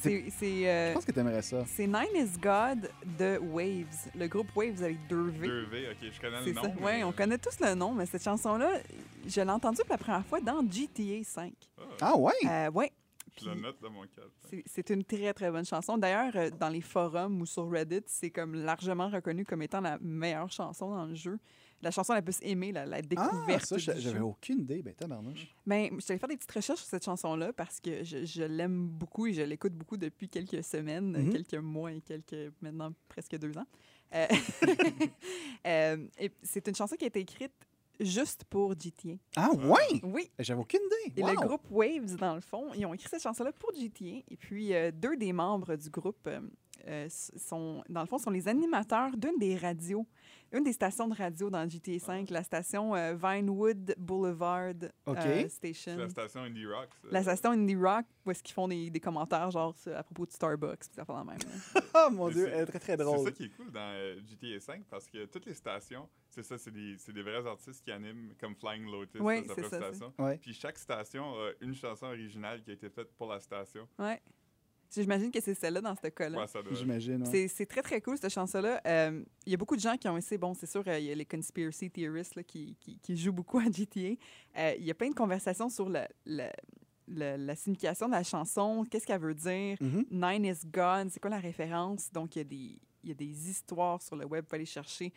C'est- C'est euh, Je pense que t'aimerais ça. c'est Nine is God de Waves, le groupe Waves avec deux V. 2V, ok, je connais le C'est ça. nom. Oui, mais- on connaît tous le nom, mais cette chanson-là, je l'ai entendue pour la première fois dans GTA 5. Ah, Ah ouais? Euh, ouais. Je le Puis- note dans mon cadre. C'est- C'est une très, très bonne chanson. D'ailleurs, euh, dans les forums ou sur Reddit, c'est comme largement reconnu comme étant la meilleure chanson dans le jeu. La chanson la plus aimée, la, la Ah, découverte ça, du j'a- j'avais jeu. aucune idée. Ben, tabarnouche. Ben, je suis allée faire des petites recherches sur cette chanson-là parce que je, je l'aime beaucoup et je l'écoute beaucoup depuis quelques semaines, euh, Mhm. quelques mois et quelques, maintenant presque deux ans. Euh, euh, et c'est une chanson qui a été écrite juste pour GTA. Ah ouais? Oui, J'avais aucune idée. et Wow! le groupe Waves, dans le fond, ils ont écrit cette chanson-là pour GTA. Et puis, euh, deux des membres du groupe euh, euh, s- sont, dans le fond, sont les animateurs d'une des radios, une des stations de radio dans GTA 5, la station euh, Vinewood Boulevard OK. euh, C'est Station. la station Indie euh. Rock. ça. La station Indie Rock, où est-ce qu'ils font des, des commentaires, genre, sur- à propos de Starbucks, puis ça fait la même. là. Ah, mon Mais Dieu, c'est- elle est très, très C'est drôle. ça qui est cool dans euh, GTA V parce que toutes les stations, c'est ça, c'est des, c'est des vrais artistes qui animent comme Flying Lotus, Oui, sa c'est propre ça, c'est- station. Ouais. Puis chaque station a une chanson originale qui a été faite pour la station. ouais. J'imagine que c'est celle-là dans ce cas-là. Ouais, ça doit- J'imagine. ouais. C'est- C'est très, très cool, cette chanson-là. Euh, Il y a beaucoup de gens qui ont essayé. Bon, c'est sûr, euh, il y a les conspiracy theorists là, qui, qui, qui jouent beaucoup à GTA. Euh, Il y a plein de conversations sur la, la, la- la signification de la chanson. Qu'est-ce qu'elle veut dire? Mhm. Nine is gone, c'est quoi la référence? Donc, il y, a des, il y a des histoires sur le web, il faut aller chercher.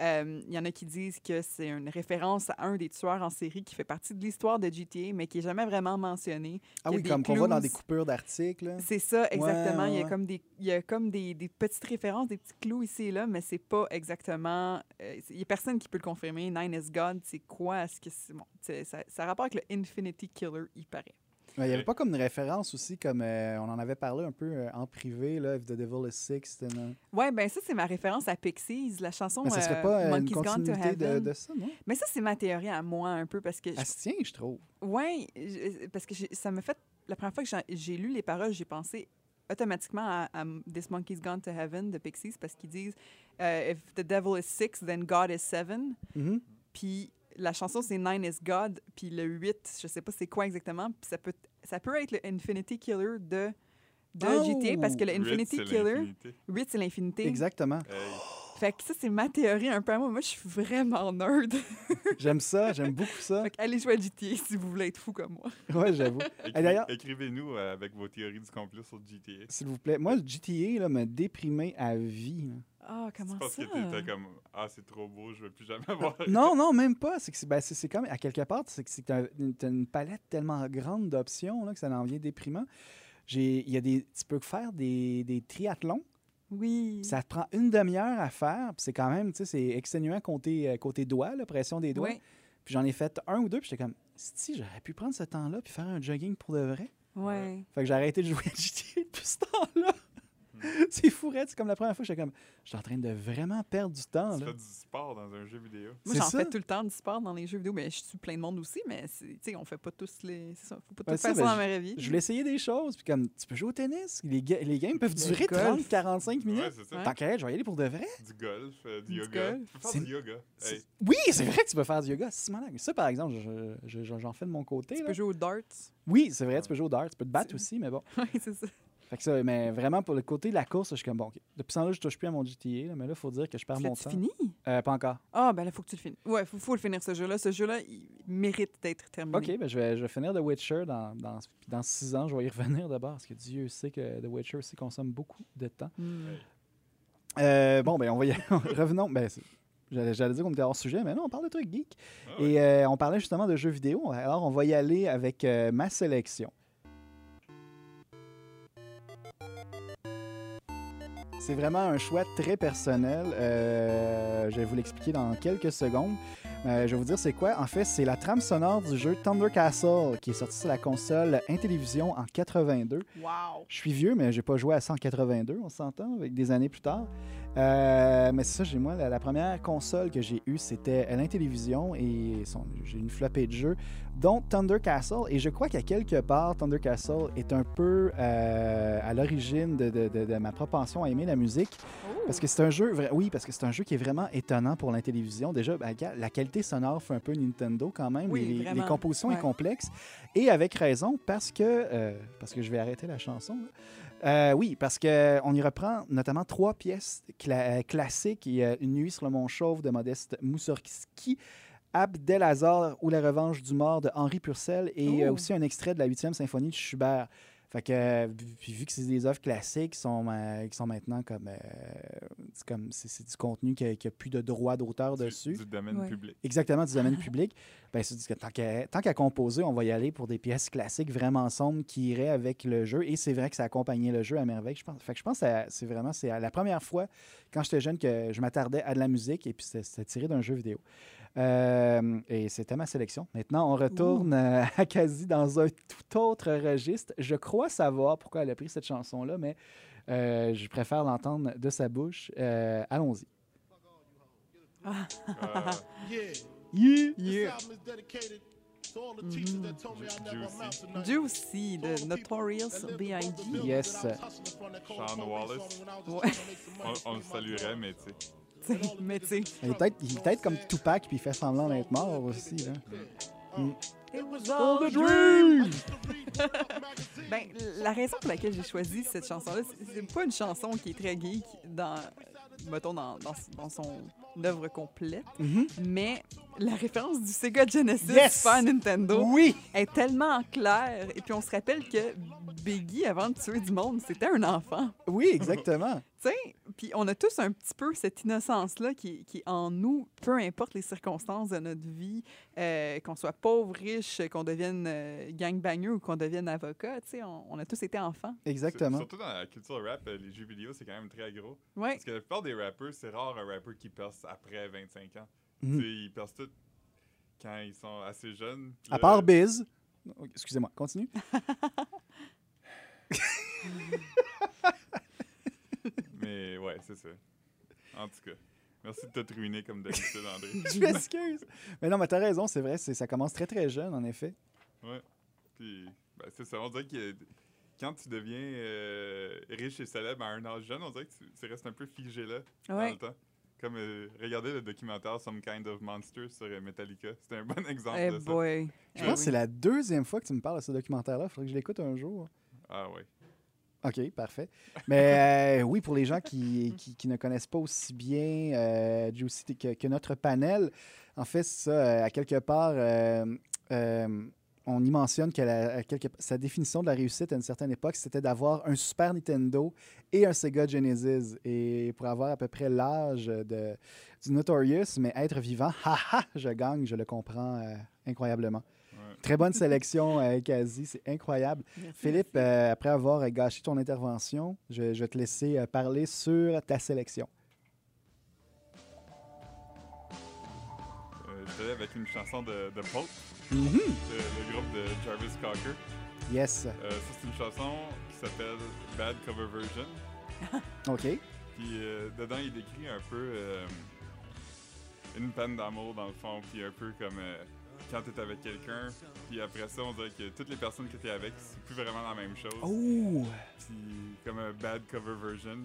Euh, Il y en a qui disent que c'est une référence à un des tueurs en série qui fait partie de l'histoire de GTA, mais qui n'est jamais vraiment mentionné. Ah Il y a oui, des comme qu'on voit dans des clues. coupures d'articles. là. C'est ça, exactement. ouais, Il y a ouais. comme, des, il y a comme des, des petites références, des petits clous ici et là, mais c'est pas exactement. euh, c'est- il n'y a personne qui peut le confirmer. Nine is God, c'est quoi? Est-ce que c'est. Bon, c'est- ça, ça a rapport avec le Infinity Killer, il paraît. Ouais, Il n'y avait Ok. pas comme une référence aussi, comme euh, on en avait parlé un peu euh, en privé, là, If the Devil is Six. c'était une- Ouais, ben ça, c'est ma référence à Pixies, la chanson Mais ça euh, serait pas euh, une Monkey's Gone to continuité de, Heaven. de ça, non? Mais ça, c'est ma théorie à moi un peu, parce que. je- Elle se tient, je trouve. ouais, je- parce que j'ai- ça me fait. La première fois que j'ai- j'ai lu les paroles, j'ai pensé automatiquement à, à This Monkey's Gone to Heaven de Pixies, parce qu'ils disent euh, If the devil is six, then God is seven. Mhm. Puis la chanson, c'est Nine is God. Puis le 8, je sais pas c'est quoi exactement. Puis ça peut, ça peut être le Infinity Killer de, de Oh! GTA parce que le Huit, Infinity c'est Killer, l'infinité. 8, c'est l'infinité. Exactement. Hey, Fait que ça, c'est ma théorie un peu à moi. Moi, je suis vraiment nerd. J'aime ça, j'aime beaucoup ça. fait que allez jouer à GTA si vous voulez être fou comme moi. Ouais, j'avoue. écri- d'ailleurs- Écrivez-nous euh, avec vos théories du complot sur GTA. S'il vous plaît. Moi, le GTA là, me déprimait à vie. là. Ah, comment Je pense ça? que t'étais comme Ah, c'est trop beau, je veux plus jamais avoir. Non, non, même pas. C'est que c'est ben, c'est- c'est comme, à quelque part, c'est que c'est un- une- t'as une palette tellement grande d'options là, que ça en devient déprimant. J'ai- il Y a des, tu peux faire des, des triathlons. Oui. Ça te prend une demi-heure à faire. puis C'est quand même, tu sais, c'est exténuant côté, euh, côté doigt, la pression des doigts. Ouais. Puis j'en ai fait un ou deux, puis j'étais comme, si j'aurais pu prendre ce temps-là puis faire un jogging pour de vrai. Ouais. Fait que j'ai arrêté de jouer à GTA depuis ce temps-là. C'est fou, raide. C'est comme la première fois que j'étais comme, je suis en train de vraiment perdre du temps. Tu Là. fais du sport dans un jeu vidéo. Moi, C'est j'en ça. fais tout le temps du sport dans les jeux vidéo, mais je suis plein de monde aussi, mais c'est- tu sais, on fait pas tous les. C'est ça, faut pas Ouais, tout ça, faire ça ben, dans ma vraie vie. Je voulais essayer des choses, puis comme, tu peux jouer au tennis. Les, ga- les games peuvent durer golf. 30-45 minutes. Ouais, c'est ça. Ouais. Tant qu'à elle, je vais y aller pour de vrai. Du golf, euh, du, Du yoga. golf. Tu peux faire C'est- du yoga. C'est- Hey, Oui, c'est vrai que tu peux faire du yoga. C'est malade. Ça, par exemple, je- je- je- j'en fais de mon côté. Tu là. peux jouer au darts. Oui, c'est vrai, tu peux jouer au dart. Tu peux te battre aussi, mais bon. Oui, c'est ça. Fait que ça, mais vraiment, pour le côté de la course, je suis comme, bon, OK. depuis ça, là, je touche plus à mon GTA, là, mais là, il faut dire que je perds mon L'as-tu temps. fini? Euh, pas encore. Ah, ben là, faut que tu le finisses. Ouais, faut, faut le finir, ce jeu-là. Ce jeu-là, il mérite d'être terminé. OK, ben je, vais, je vais finir The Witcher dans, dans, dans six ans. Je vais y revenir d'abord parce que Dieu sait que The Witcher aussi consomme beaucoup de temps. Hmm. Euh, bon, ben on va y Revenons. Ben, c'est- J'allais j'allais dire qu'on était hors sujet, mais non, on parle de trucs geek. ah ouais. Et euh, on parlait justement de jeux vidéo. Alors, on va y aller avec euh, ma sélection. C'est vraiment un choix très personnel. Euh, je vais vous l'expliquer dans quelques secondes. Euh, je vais vous dire c'est quoi. En fait, c'est la trame sonore du jeu Thunder Castle qui est sorti sur la console Intellivision en 82. Wow! Je suis vieux, mais j'ai pas joué à 182, on s'entend, avec des années plus tard. Euh, mais c'est ça, j'ai moi, la, la première console que j'ai eue, c'était à l'Intellivision et son- j'ai une flopée de jeux, dont Thunder Castle. Et je crois qu'à quelque part, Thunder Castle est un peu euh, à l'origine de, de- de- de ma propension à aimer la musique. Oh. Parce que c'est un jeu, vra- oui, parce que c'est un jeu qui est vraiment étonnant pour l'Intellivision. Déjà, ben, regarde, la qualité sonore fait un peu Nintendo quand même. Oui, Les- les, les vraiment. compositions Ouais. sont complexes. Et avec raison, parce que... euh, parce que je vais arrêter la chanson. là. Euh, oui, parce qu'on y reprend notamment trois pièces cla- euh, classiques. Il y a Une nuit sur le mont Chauve de Modeste Moussorski, Abdelhazar ou La revanche du mort de Henri Purcell et Oh. euh, aussi un extrait de la huitième symphonie de Schubert. Fait que, euh, puis vu que c'est des œuvres classiques qui sont, euh, qui sont maintenant comme. euh, c'est comme c'est, c'est du contenu qui n'a plus de droit d'auteur du- dessus Du, domaine Ouais. public. exactement du domaine public, ben, se disent que tant qu'à, tant qu'à composer, on va y aller pour des pièces classiques vraiment sombres qui iraient avec le jeu. Et c'est vrai que ça accompagnait le jeu à merveille. Je pense, fait que je pense que ça- c'est vraiment c'est la première fois, quand j'étais jeune, que je m'attardais à de la musique et puis c'était, c'était tiré d'un jeu vidéo. Euh, et c'était ma sélection. Maintenant, on retourne euh, à quasi dans un tout autre registre. Je crois savoir pourquoi elle a pris cette chanson-là, mais euh, je préfère l'entendre de sa bouche. Euh, allons-y. Ah, Yeah. This Yeah. album is dedicated to all the teachers that told me I never amount to nothing. Juicy de Notorious B.I.G. Yes. Sean Wallace. Ouais. on, on le saluerait, mais tu sais. T'sais, Mais tu sais, Il est peut-être, il est peut-être comme Tupac, puis il fait semblant d'être mort aussi. hein. Là. ben, la raison pour laquelle j'ai choisi cette chanson-là, c'est- c'est pas une chanson qui est très geek dans, mettons, dans, dans, dans son œuvre complète, mais la référence du Sega Genesis Yes! Super Nintendo Oh Oui! est tellement claire. Et puis on se rappelle que Biggie, avant de tuer du monde, c'était un enfant. Oui, exactement. Tu sais, puis on a tous un petit peu cette innocence-là qui, qui est en nous, peu importe les circonstances de notre vie, euh, qu'on soit pauvre, riche, qu'on devienne euh, gangbanger ou qu'on devienne avocat, tu sais, on, on a tous été enfants. Exactement. Surtout dans la culture rap, euh, les jeux vidéo, c'est quand même très gros. Oui, Parce que la plupart des rappeurs, c'est rare un rappeur qui perce après 25 ans. Mhm. Tu sais, Ils percent tous quand ils sont assez jeunes. À Le- part Biz. Oh, Excusez-moi, continue. Mais ouais, c'est ça. En tout cas, merci de te ruiner comme d'habitude, André. Je m'excuse. Mais non, mais t'as raison, c'est vrai, c'est, ça commence très très jeune, en effet. Puis, ben, c'est ça. On dirait que quand tu deviens euh, riche et célèbre à un âge jeune, on dirait que tu, tu restes un peu figé là dans oui. le temps. Comme euh, regarder le documentaire Some Kind of Monster sur euh, Metallica. C'était un bon exemple Eh de ça. boy. Je pense que c'est là. la deuxième fois que tu me parles de ce documentaire-là. Il faudrait que je l'écoute un jour. Ah ouais. OK, parfait. Mais euh, oui, pour les gens qui, qui, qui ne connaissent pas aussi bien euh, Juicy t- que, que notre panel, en fait, ça, euh, à quelque part, euh, euh, on y mentionne que la- à quelque- sa définition de la réussite à une certaine époque, c'était d'avoir un Super Nintendo et un Sega Genesis. Et pour avoir à peu près l'âge de, du Notorious, mais être vivant, haha, je gagne, je le comprends euh, incroyablement. Ouais. Très bonne sélection, euh, Kazi, c'est incroyable. Philippe, euh, après avoir euh, gâché ton intervention, je, je vais te laisser euh, parler sur ta sélection. Euh, J'étais allé avec une chanson de, de Pulp, Mhm. de- le groupe de Jarvis Cocker. Yes. Euh, ça, c'est une chanson qui s'appelle Bad Cover Version. OK. Puis euh, dedans, il décrit un peu euh, une peine d'amour, dans le fond, puis un peu comme euh, quand t'es avec quelqu'un, puis après ça, on dirait que toutes les personnes que t'es avec, c'est plus vraiment la même chose. Oh! Puis comme un bad cover version.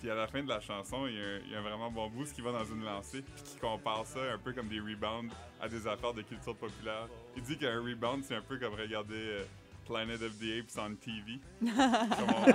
Puis à la fin de la chanson, il y a, un- il y a un vraiment bon boost qui va dans une lancée, puis qui compare ça un peu comme des rebounds à des affaires de culture populaire. Il dit qu'un rebound, c'est un peu comme regarder euh, Planet of the Apes en TV. Comme on-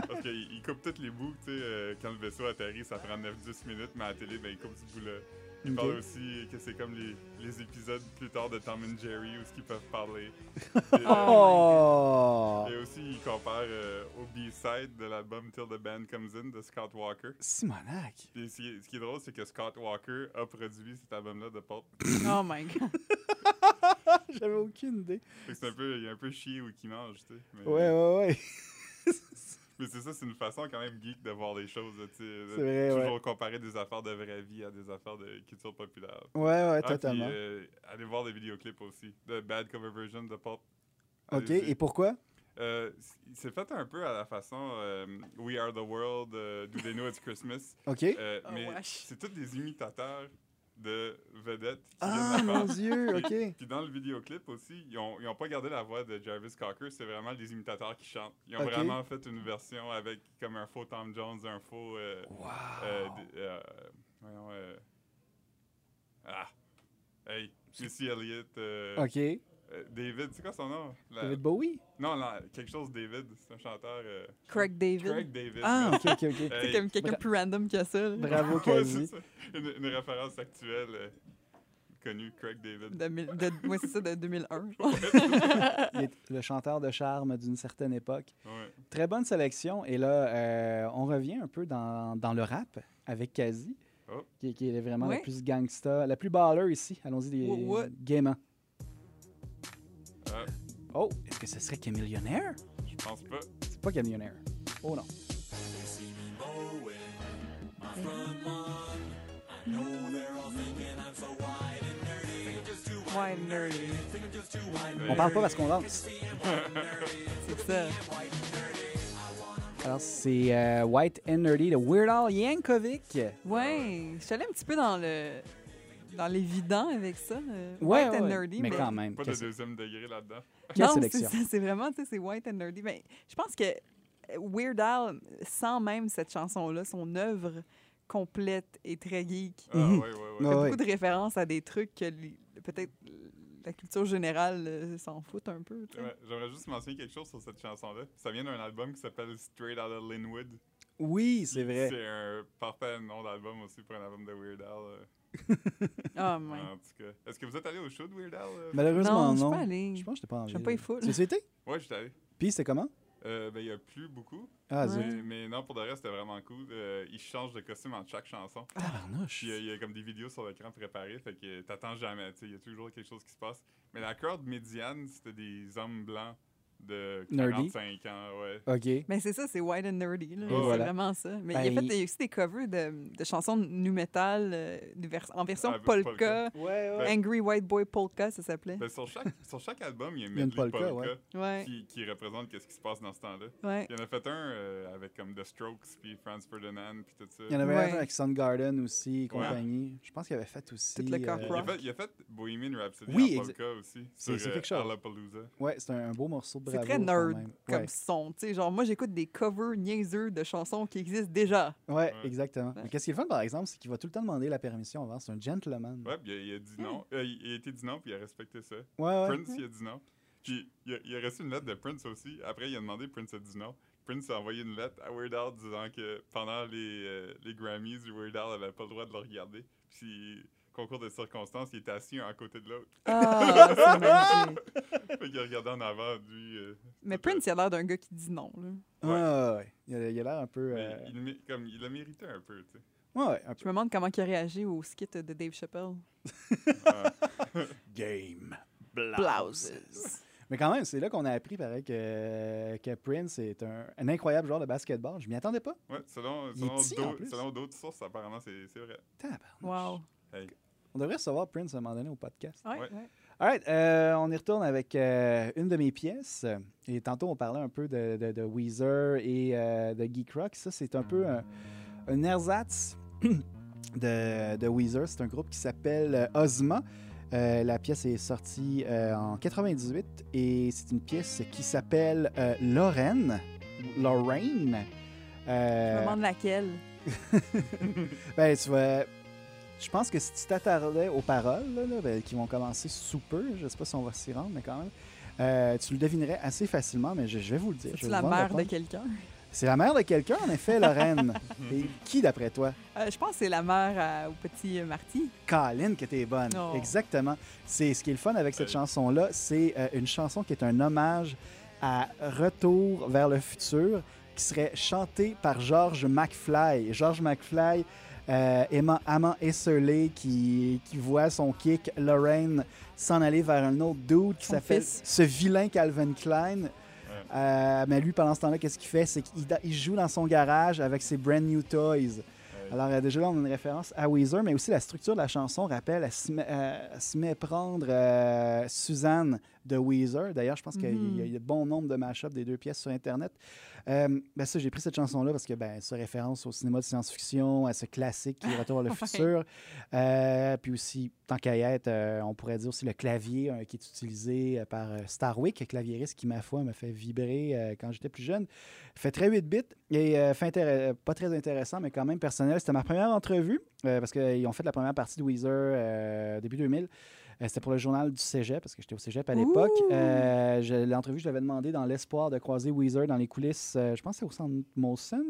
Parce qu'il il coupe tous les bouts, tu sais, euh, quand le vaisseau atterrit, ça prend 9-10 minutes, mais à la télé, ben, il coupe ce bout-là. Il Ok. parle aussi que c'est comme les, les épisodes plus tard de Tom and Jerry où ce qu'ils peuvent parler. Et, euh, Oh! et aussi, il compare euh, au B-side de l'album Till the Band Comes In de Scott Walker. Simonac! Puis ce, qui est, ce qui est drôle, c'est que Scott Walker a produit cet album-là de Pulp. Oh my God. J'avais aucune idée. Fait que c'est un peu, il est un peu chier ou qui mange, tu sais. mais- Ouais, ouais, ouais. Mais c'est ça, c'est une façon quand même geek de voir les choses. tu sais, de vrai, toujours ouais. comparer des affaires de vraie vie à des affaires de culture populaire. Ouais, ouais, Ah, puis, totalement. euh, allez voir des vidéoclips aussi. The Bad Cover Version de Pop. OK, Allez-y. et pourquoi? Euh, c- c'est fait un peu à la façon euh, We Are the World, euh, Do They Know It's Christmas. OK. Euh, Oh, mais wesh. c'est tous des imitateurs de vedettes qui ah, viennent mon d'avant. Dieu, OK. Puis- Puis dans le vidéoclip aussi, ils ont, ils ont pas gardé la voix de Jarvis Cocker, c'est vraiment les imitateurs qui chantent. Ils ont Ok. vraiment fait une version avec comme un faux Tom Jones, un faux. euh, Wow. euh, d- euh, voyons, euh, ah! Hey! Missy Elliott. euh, OK. euh, David, c'est quoi son nom? La- David Bowie? Non, la- quelque chose David, c'est un chanteur. euh, Craig David. Craig David. Ah, merci. OK, OK, OK. C'est Hey. comme quelqu'un Bra- plus random que ça. là. Bravo, Ouais, c'est Kazi. ça. Une, une référence actuelle euh, connue, Craig David. De, mille- de- ouais, c'est ça, de 2001. je pense. Il est le chanteur de charme d'une certaine époque. Ouais. Très bonne sélection. Et là, euh, on revient un peu dans, dans le rap avec Kazi, Oh. qui, qui est vraiment la Ouais. plus gangsta, la plus baller ici. Allons-y, des Wha- what? gaiement. Ah. Oh, est-ce que ce serait Camillionaire? Je pense pas. C'est pas Camillionaire. Oh non. Ouais, nerdy. On parle pas parce qu'on danse. C'est ça. Alors, c'est euh, White and Nerdy de Weird Al Yankovic. Ouais, je suis allée un petit peu dans le dans l'évident avec ça. euh, Ouais, white and ouais, nerdy. mais quand même. Pas quelle- de deuxième degré là-dedans. quelle non, c'est sélection. ça, c'est vraiment, tu sais, c'est white and nerdy. Mais je pense que euh, Weird Al, sans même cette chanson-là, son œuvre complète et très geek. Ah, ouais, ouais, ouais. Ah, Il y a ouais. beaucoup de références à des trucs que les- peut-être la culture générale euh, s'en fout un peu. tu sais. Ouais, J'aimerais juste mentionner quelque chose sur cette chanson-là. Ça vient d'un album qui s'appelle Straight Outta Linwood. Oui, c'est vrai. C'est un parfait nom d'album aussi pour un album de Weird Al. euh, Ah, ouais. En tout cas. Est-ce que vous êtes allé au show de Weird Al? euh? Malheureusement, Non, je suis non. pas allée. Je pense que j'étais pas en Je ville. suis pas foule. C'est cet été? Ouais, j'étais allé. Puis c'était comment? Euh, ben, il y a plus beaucoup. Ah, Ouais. zut. Mais, mais non, pour le reste, c'était vraiment cool. Euh, ils changent de costume entre chaque chanson. Tabarnouche. Puis euh, il y, a comme des vidéos sur l'écran préparées, fait que euh, t'attends jamais, tu sais, il y a toujours quelque chose qui se passe. Mais la crowd médiane, c'était des hommes blancs de Nerdy. 45 ans, ouais. OK. Mais Ben, c'est ça, c'est White and Nerdy. là. Et C'est voilà. vraiment ça. Mais Ben, il a fait il- des- aussi des covers de, de chansons de nu metal euh, de vers- en version Ah, polka. polka. Ouais, ouais. Angry White Boy Polka, ça s'appelait. Ben, sur, chaque, sur chaque album, il y a une y a une medley polka, polka, ouais. Ouais, qui, qui représente qu'est-ce qui se passe dans ce temps-là. ouais. Il y en a fait un euh, avec comme The Strokes, puis Franz Ferdinand, puis tout ça. Il y en avait Ouais. un avec Sun Garden aussi, et Ouais. compagnie. Je pense qu'il avait fait aussi. Tout le corps Il, euh, il a fait, il a fait Bohemian Rhapsody Oui, en exa- polka aussi, C'est- sur c'est euh, quelque chose. Lollapalooza. Ouais, c'est un, un beau morceau de C'est bravo. très quand nerd même. comme ouais. son. tu sais. genre, moi, j'écoute des covers niaiseux de chansons qui existent déjà. Ouais, Ouais. exactement. Mais qu'est-ce qu'il fait, par exemple, c'est qu'il va tout le temps demander la permission avant. C'est un gentleman. Ouais, puis il a, il a Hmm. dit non. Euh, il il a été dit non, puis il a respecté ça. Ouais, ouais. Prince, il a dit non. Puis, il a, il a reçu une lettre de Prince aussi. Après, il a demandé, Prince a dit non. Prince a envoyé une lettre à Weird Al disant que pendant les, euh, les Grammys, Weird Al n'avait pas le droit de le regarder. Puis, concours de circonstances, il était assis un à côté de l'autre. Ah, c'est magique. fait qu'il regardait en avant, lui. euh, Mais tout, euh, Prince, il a l'air d'un gars qui dit non. là. Ouais, ouais. ouais, ouais. Il a- il a l'air un peu. mais euh, il, mé- comme, il a mérité un peu, tu sais. Ouais, ouais, un Je peu. me demande comment il a réagi au skit de Dave Chappelle. Game. Blouses. Mais quand même, c'est là qu'on a appris, pareil, que, que Prince est un, un incroyable joueur de basketball. Je m'y attendais pas. Ouais, selon, Il selon est petit, en d'au- plus. selon d'autres sources, apparemment, c'est c'est vrai. Tabarnouche. Wow. On devrait recevoir Prince à un moment donné au podcast. Ouais, Ouais. ouais. All right, euh, on y retourne avec euh, une de mes pièces. Et tantôt, on parlait un peu de, de- de Weezer et euh, de Geek Rock. Ça, c'est un peu un, un ersatz de, de Weezer. C'est un groupe qui s'appelle euh, Ozma. Euh, la pièce est sortie euh, en 98 et c'est une pièce qui s'appelle euh, Lorraine. Lorraine. Je Euh, me demande laquelle. ben, tu vois, je pense que si tu t'attardais aux paroles, là, là, ben, qui vont commencer sous peu, je sais pas si on va s'y rendre, mais quand même, euh, tu le devinerais assez facilement, mais je, je vais vous le dire. je C'est vais la vous en mère de répondre. quelqu'un. C'est la mère de quelqu'un, en effet, Lorraine. Et qui, d'après toi? Euh, je pense que c'est la mère à- au petit euh, Marty. Colin, que t'es bonne. Oh. Exactement. C'est ce qui est le fun avec cette Euh. chanson-là, c'est euh, une chanson qui est un hommage à Retour vers le futur, qui serait chantée par George McFly. George McFly, euh, aimant, amant esselé, qui, qui voit son kick Lorraine s'en aller vers un autre dude qui Son s'appelle fils. ce vilain Calvin Klein. Euh, mais lui, pendant ce temps-là, qu'est-ce qu'il fait? C'est qu'il da- il joue dans son garage avec ses brand new toys. Alors, euh, déjà là, on a une référence à Weezer, mais aussi la structure de la chanson rappelle à se, mé- euh, à se méprendre euh, Suzanne de Weezer. D'ailleurs, je pense qu'il y a- il y a bon nombre de mashups des deux pièces sur Internet. Euh, ben ça, j'ai pris cette chanson-là parce que ben, elle se référence au cinéma de science-fiction, à ce classique qui est Retour vers le Ouais. futur. Euh, puis aussi, tant qu'à y être, euh, on pourrait dire aussi le clavier euh, qui est utilisé euh, par euh, Starwick, clavieriste qui, ma foi, me fait vibrer euh, quand j'étais plus jeune. Fait très 8 bits et euh, fait intér- pas très intéressant, mais quand même personnel. C'était ma première entrevue euh, parce qu'ils ont fait la première partie de Weezer euh, début 2000. Euh, C'était pour le journal du Cégep, parce que j'étais au Cégep à l'époque. Ouh! Euh, je- L'entrevue, je l'avais demandé dans l'espoir de croiser Weezer dans les coulisses, euh, je pense que c'est au centre Molson.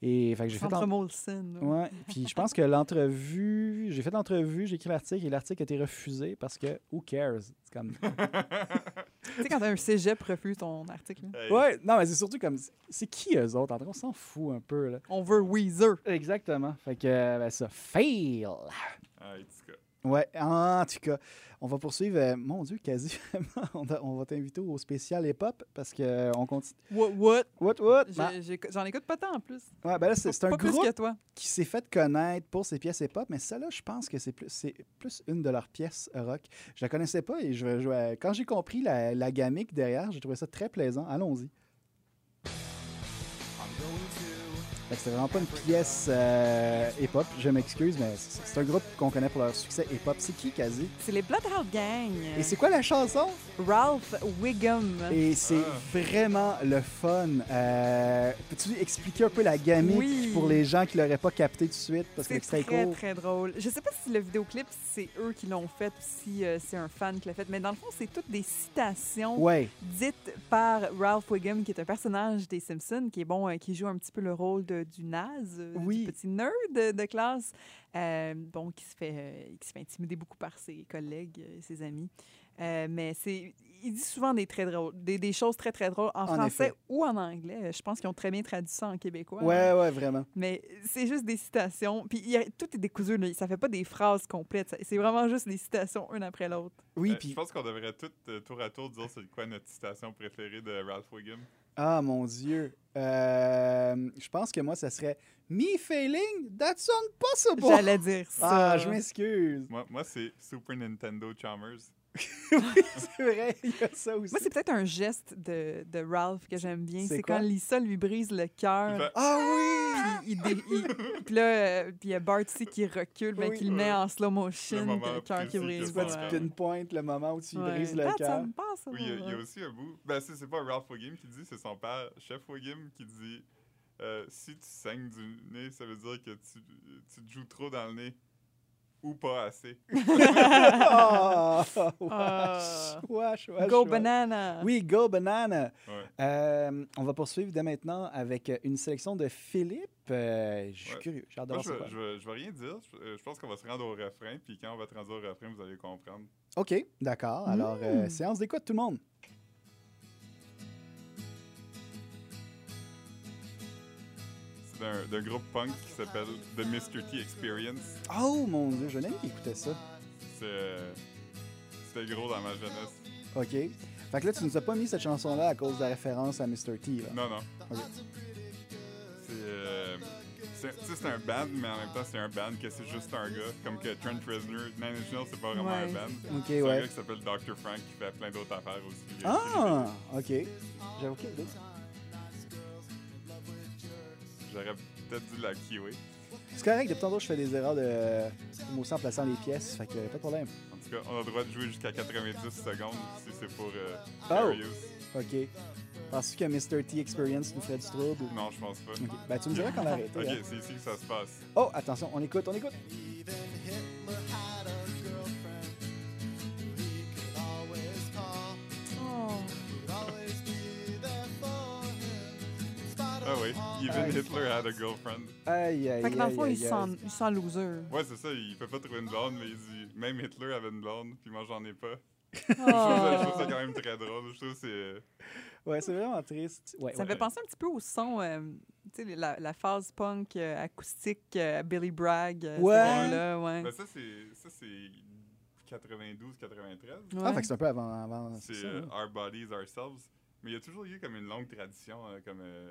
Et fait que j'ai fait Entre l'en- Molson. là. Ouais. Puis je pense que l'entrevue, j'ai fait l'entrevue, j'ai écrit l'article et l'article a été refusé parce que who cares? C'est comme. Tu sais, quand un cégep refuse ton article, là. Hey, Ouais, non, mais c'est surtout comme. C'est qui eux autres? En tout cas, on s'en fout un peu, là. on veut Weezer. Exactement. Fait que, euh, ben ça, fail! hey, en tout cas. Ouais, en tout cas, on va poursuivre. euh, mon Dieu, quasi vraiment, on, va- on va t'inviter au spécial hip-hop parce que euh, on continue. What, what? What, what? J'ai- Ah, j'ai- J'en écoute pas tant en plus. ouais, ben là, c'est c'est un pas groupe plus que toi. qui s'est fait connaître pour ses pièces hip-hop, mais celle-là, je pense que c'est plus, c'est plus une de leurs pièces rock. Je la connaissais pas et je, vais- je vais- quand j'ai compris la, la gamique derrière, j'ai trouvé ça très plaisant. Allons-y. Fait que C'est vraiment pas une pièce euh, hip-hop, je m'excuse, mais c'est c'est un groupe qu'on connaît pour leur succès hip-hop. C'est qui, quasi? C'est les Bloodhound Gang. Et c'est quoi la chanson? Ralph Wiggum. Et c'est Ah. vraiment le fun. Euh, Peux-tu expliquer un peu la gamique Oui. pour les gens qui l'auraient pas capté tout de suite parce que C'est l'extrait très, est court? très drôle. Je sais pas si le vidéoclip, c'est eux qui l'ont fait ou si euh, c'est un fan qui l'a fait, mais dans le fond, c'est toutes des citations Ouais. dites par Ralph Wiggum, qui est un personnage des Simpsons, qui est bon, euh, qui joue un petit peu le rôle de- du naze, euh, Oui. du petit nerd de, de classe, euh, bon, qui se, fait, euh, qui se fait intimider beaucoup par ses collègues euh, et ses amis. Euh, mais c'est, il dit souvent des très drôles, des, des choses très très drôles en, En français effet. ou en anglais. Je pense qu'ils ont très bien traduit ça en québécois. Ouais, ouais, vraiment. Mais c'est juste des citations. Puis il y a- tout est décousu. là. Ça fait pas des phrases complètes. Ça- C'est vraiment juste des citations une après l'autre. Oui, Euh, puis Je pense qu'on devrait tout, euh, tour à tour, dire c'est quoi notre citation préférée de Ralph Wiggum. ah mon dieu, Euh, je pense que moi ça serait me failing that song possible. J'allais dire ça. Ah, je m'excuse. Moi, moi c'est Super Nintendo Chalmers. C'est vrai, il y a ça aussi. Moi, c'est peut-être un geste de, de Ralph que j'aime bien. C'est C'est quoi? quand Lisa lui brise le Il cœur. fait- Ah oui. Puis, il dé- il- puis là, euh, puis il y a Bart aussi qui recule, mais Oui. qui le met en slow Le motion, moment puis le cœur qui précis brise. que Toi, Ouais. tu pinpointes le moment où tu Ouais. brises le Ah, ça cœur. me passe, ça, Oui, il y a- il y, a ouais. aussi un bout. Ben, c'est c'est pas Ralph Wiggum qui dit, c'est son père, Chef Wiggum, qui dit euh, Si tu saignes du nez, ça veut dire que tu, tu te joues trop dans le nez. Ou pas assez. Ah, Ah. wesh, wesh, wesh, Go wesh. banana! Oui, go banana. Ouais. Euh, on va poursuivre dès maintenant avec une sélection de Philippe. Euh, je suis Ouais. curieux, j'ai hâte de Moi, voir je, c'est vais- quoi. je, vais- je vais rien dire. Je, euh, je pense qu'on va se rendre au refrain, puis quand on va te rendre au refrain, vous allez comprendre. OK, d'accord. Alors, euh, Hmm. séance d'écoute, tout le monde. C'est d'un d'un groupe punk qui s'appelle The Mr. T Experience. Oh mon dieu, j'ai un ami qui écoutait ça. C'est, euh, C'était gros dans ma jeunesse. OK. Fait que là, tu nous as pas mis cette chanson-là à cause de la référence à Mr. T. là. Non, non. Ok. C'est euh, c'est- tu sais, c'est un band, mais en même temps, c'est un band que c'est juste un gars. Comme que Trent Reznor, Nine Inch Nails, c'est pas vraiment un Ouais. band. Ok, c'est un ouais. gars qui s'appelle Dr. Frank qui fait plein d'autres affaires aussi. Il est- Ah, OK. J'avoue que... J'aurais peut-être dû la kiwi. C'est correct, de temps en temps, je fais des erreurs de de mots en plaçant les pièces. Fait que pas de problème. En tout cas, on a le droit de jouer jusqu'à 90 secondes si c'est pour euh, Oh. Serious. OK. Penses-tu que Mr. T Experience nous ferait du trouble? ou- Non, je pense pas. OK. Ben, tu me diras qu'on a arrêté. Ok, hein. c'est ici que ça se passe. Oh, attention, on écoute, on écoute. Oh. Ah oui, Even Hitler had a girlfriend. Aïe, aïe, Fait que dans le aïe, fond, aïe, il se aïe. sent- il se sent loser. Ouais, c'est ça, il peut pas trouver une blonde, mais il dit même Hitler avait une blonde, puis moi j'en ai pas. Je Ah! trouve ça- je trouve ça Oh. quand même très drôle. Je trouve que c'est. euh, Ouais, c'est vraiment triste. Ouais, Ça me ouais. fait penser un petit peu au son, euh, tu sais, la, la phase punk euh, acoustique, euh, Billy Bragg. euh, ce Ouais. genre-là, ouais. Ben ça c'est ça c'est 92 93. Ah, Ouais. fait que c'est un peu avant. avant C'est ça, euh, hein. Our Bodies Ourselves. Mais il y a toujours eu comme une longue tradition euh, comme, euh,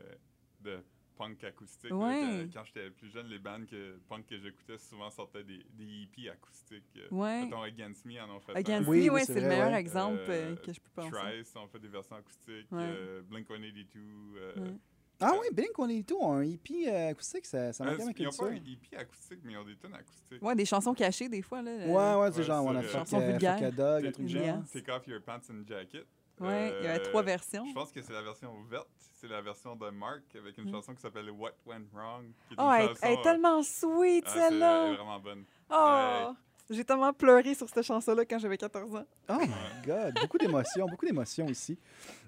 de punk acoustique. là, Ouais. que- quand j'étais plus jeune, les bandes que, punk que j'écoutais souvent sortaient des, des hippies acoustiques. euh, Ouais. Mettons Against Me en ont fait un. Against Oui, Me, oui, ouais, c'est c'est le vrai, meilleur ouais. exemple euh, Euh, que je peux penser. Trice ont fait des versions acoustiques. Ouais. euh, Blink 182. euh, Ouais. Ah oui, Blink, on est tout, un hippie euh, acoustique, ça, ça euh, manquait ils ma ont culture. pas un Ouais, hippie acoustique, mais ils ont des tonnes acoustiques. Ouais, des chansons cachées des fois. Là, euh, le- ouais, c'est Ouais, genre, c'est on a vrai. fuck, Chanson euh, fuck vulgaire. a dog, un truc Yes. genre. Take off your pants and jacket. Ouais, il y avait trois Euh, versions. Je pense que c'est la version verte, c'est la version de Mark avec une Mm. chanson qui s'appelle What Went Wrong. qui est Oh, une elle, chanson, elle est euh, tellement sweet, ah, c'est- elle est celle-là! vraiment bonne. Oh! J'ai tellement pleuré sur cette chanson-là quand j'avais 14 ans. Oh my God, beaucoup d'émotions, beaucoup d'émotions ici.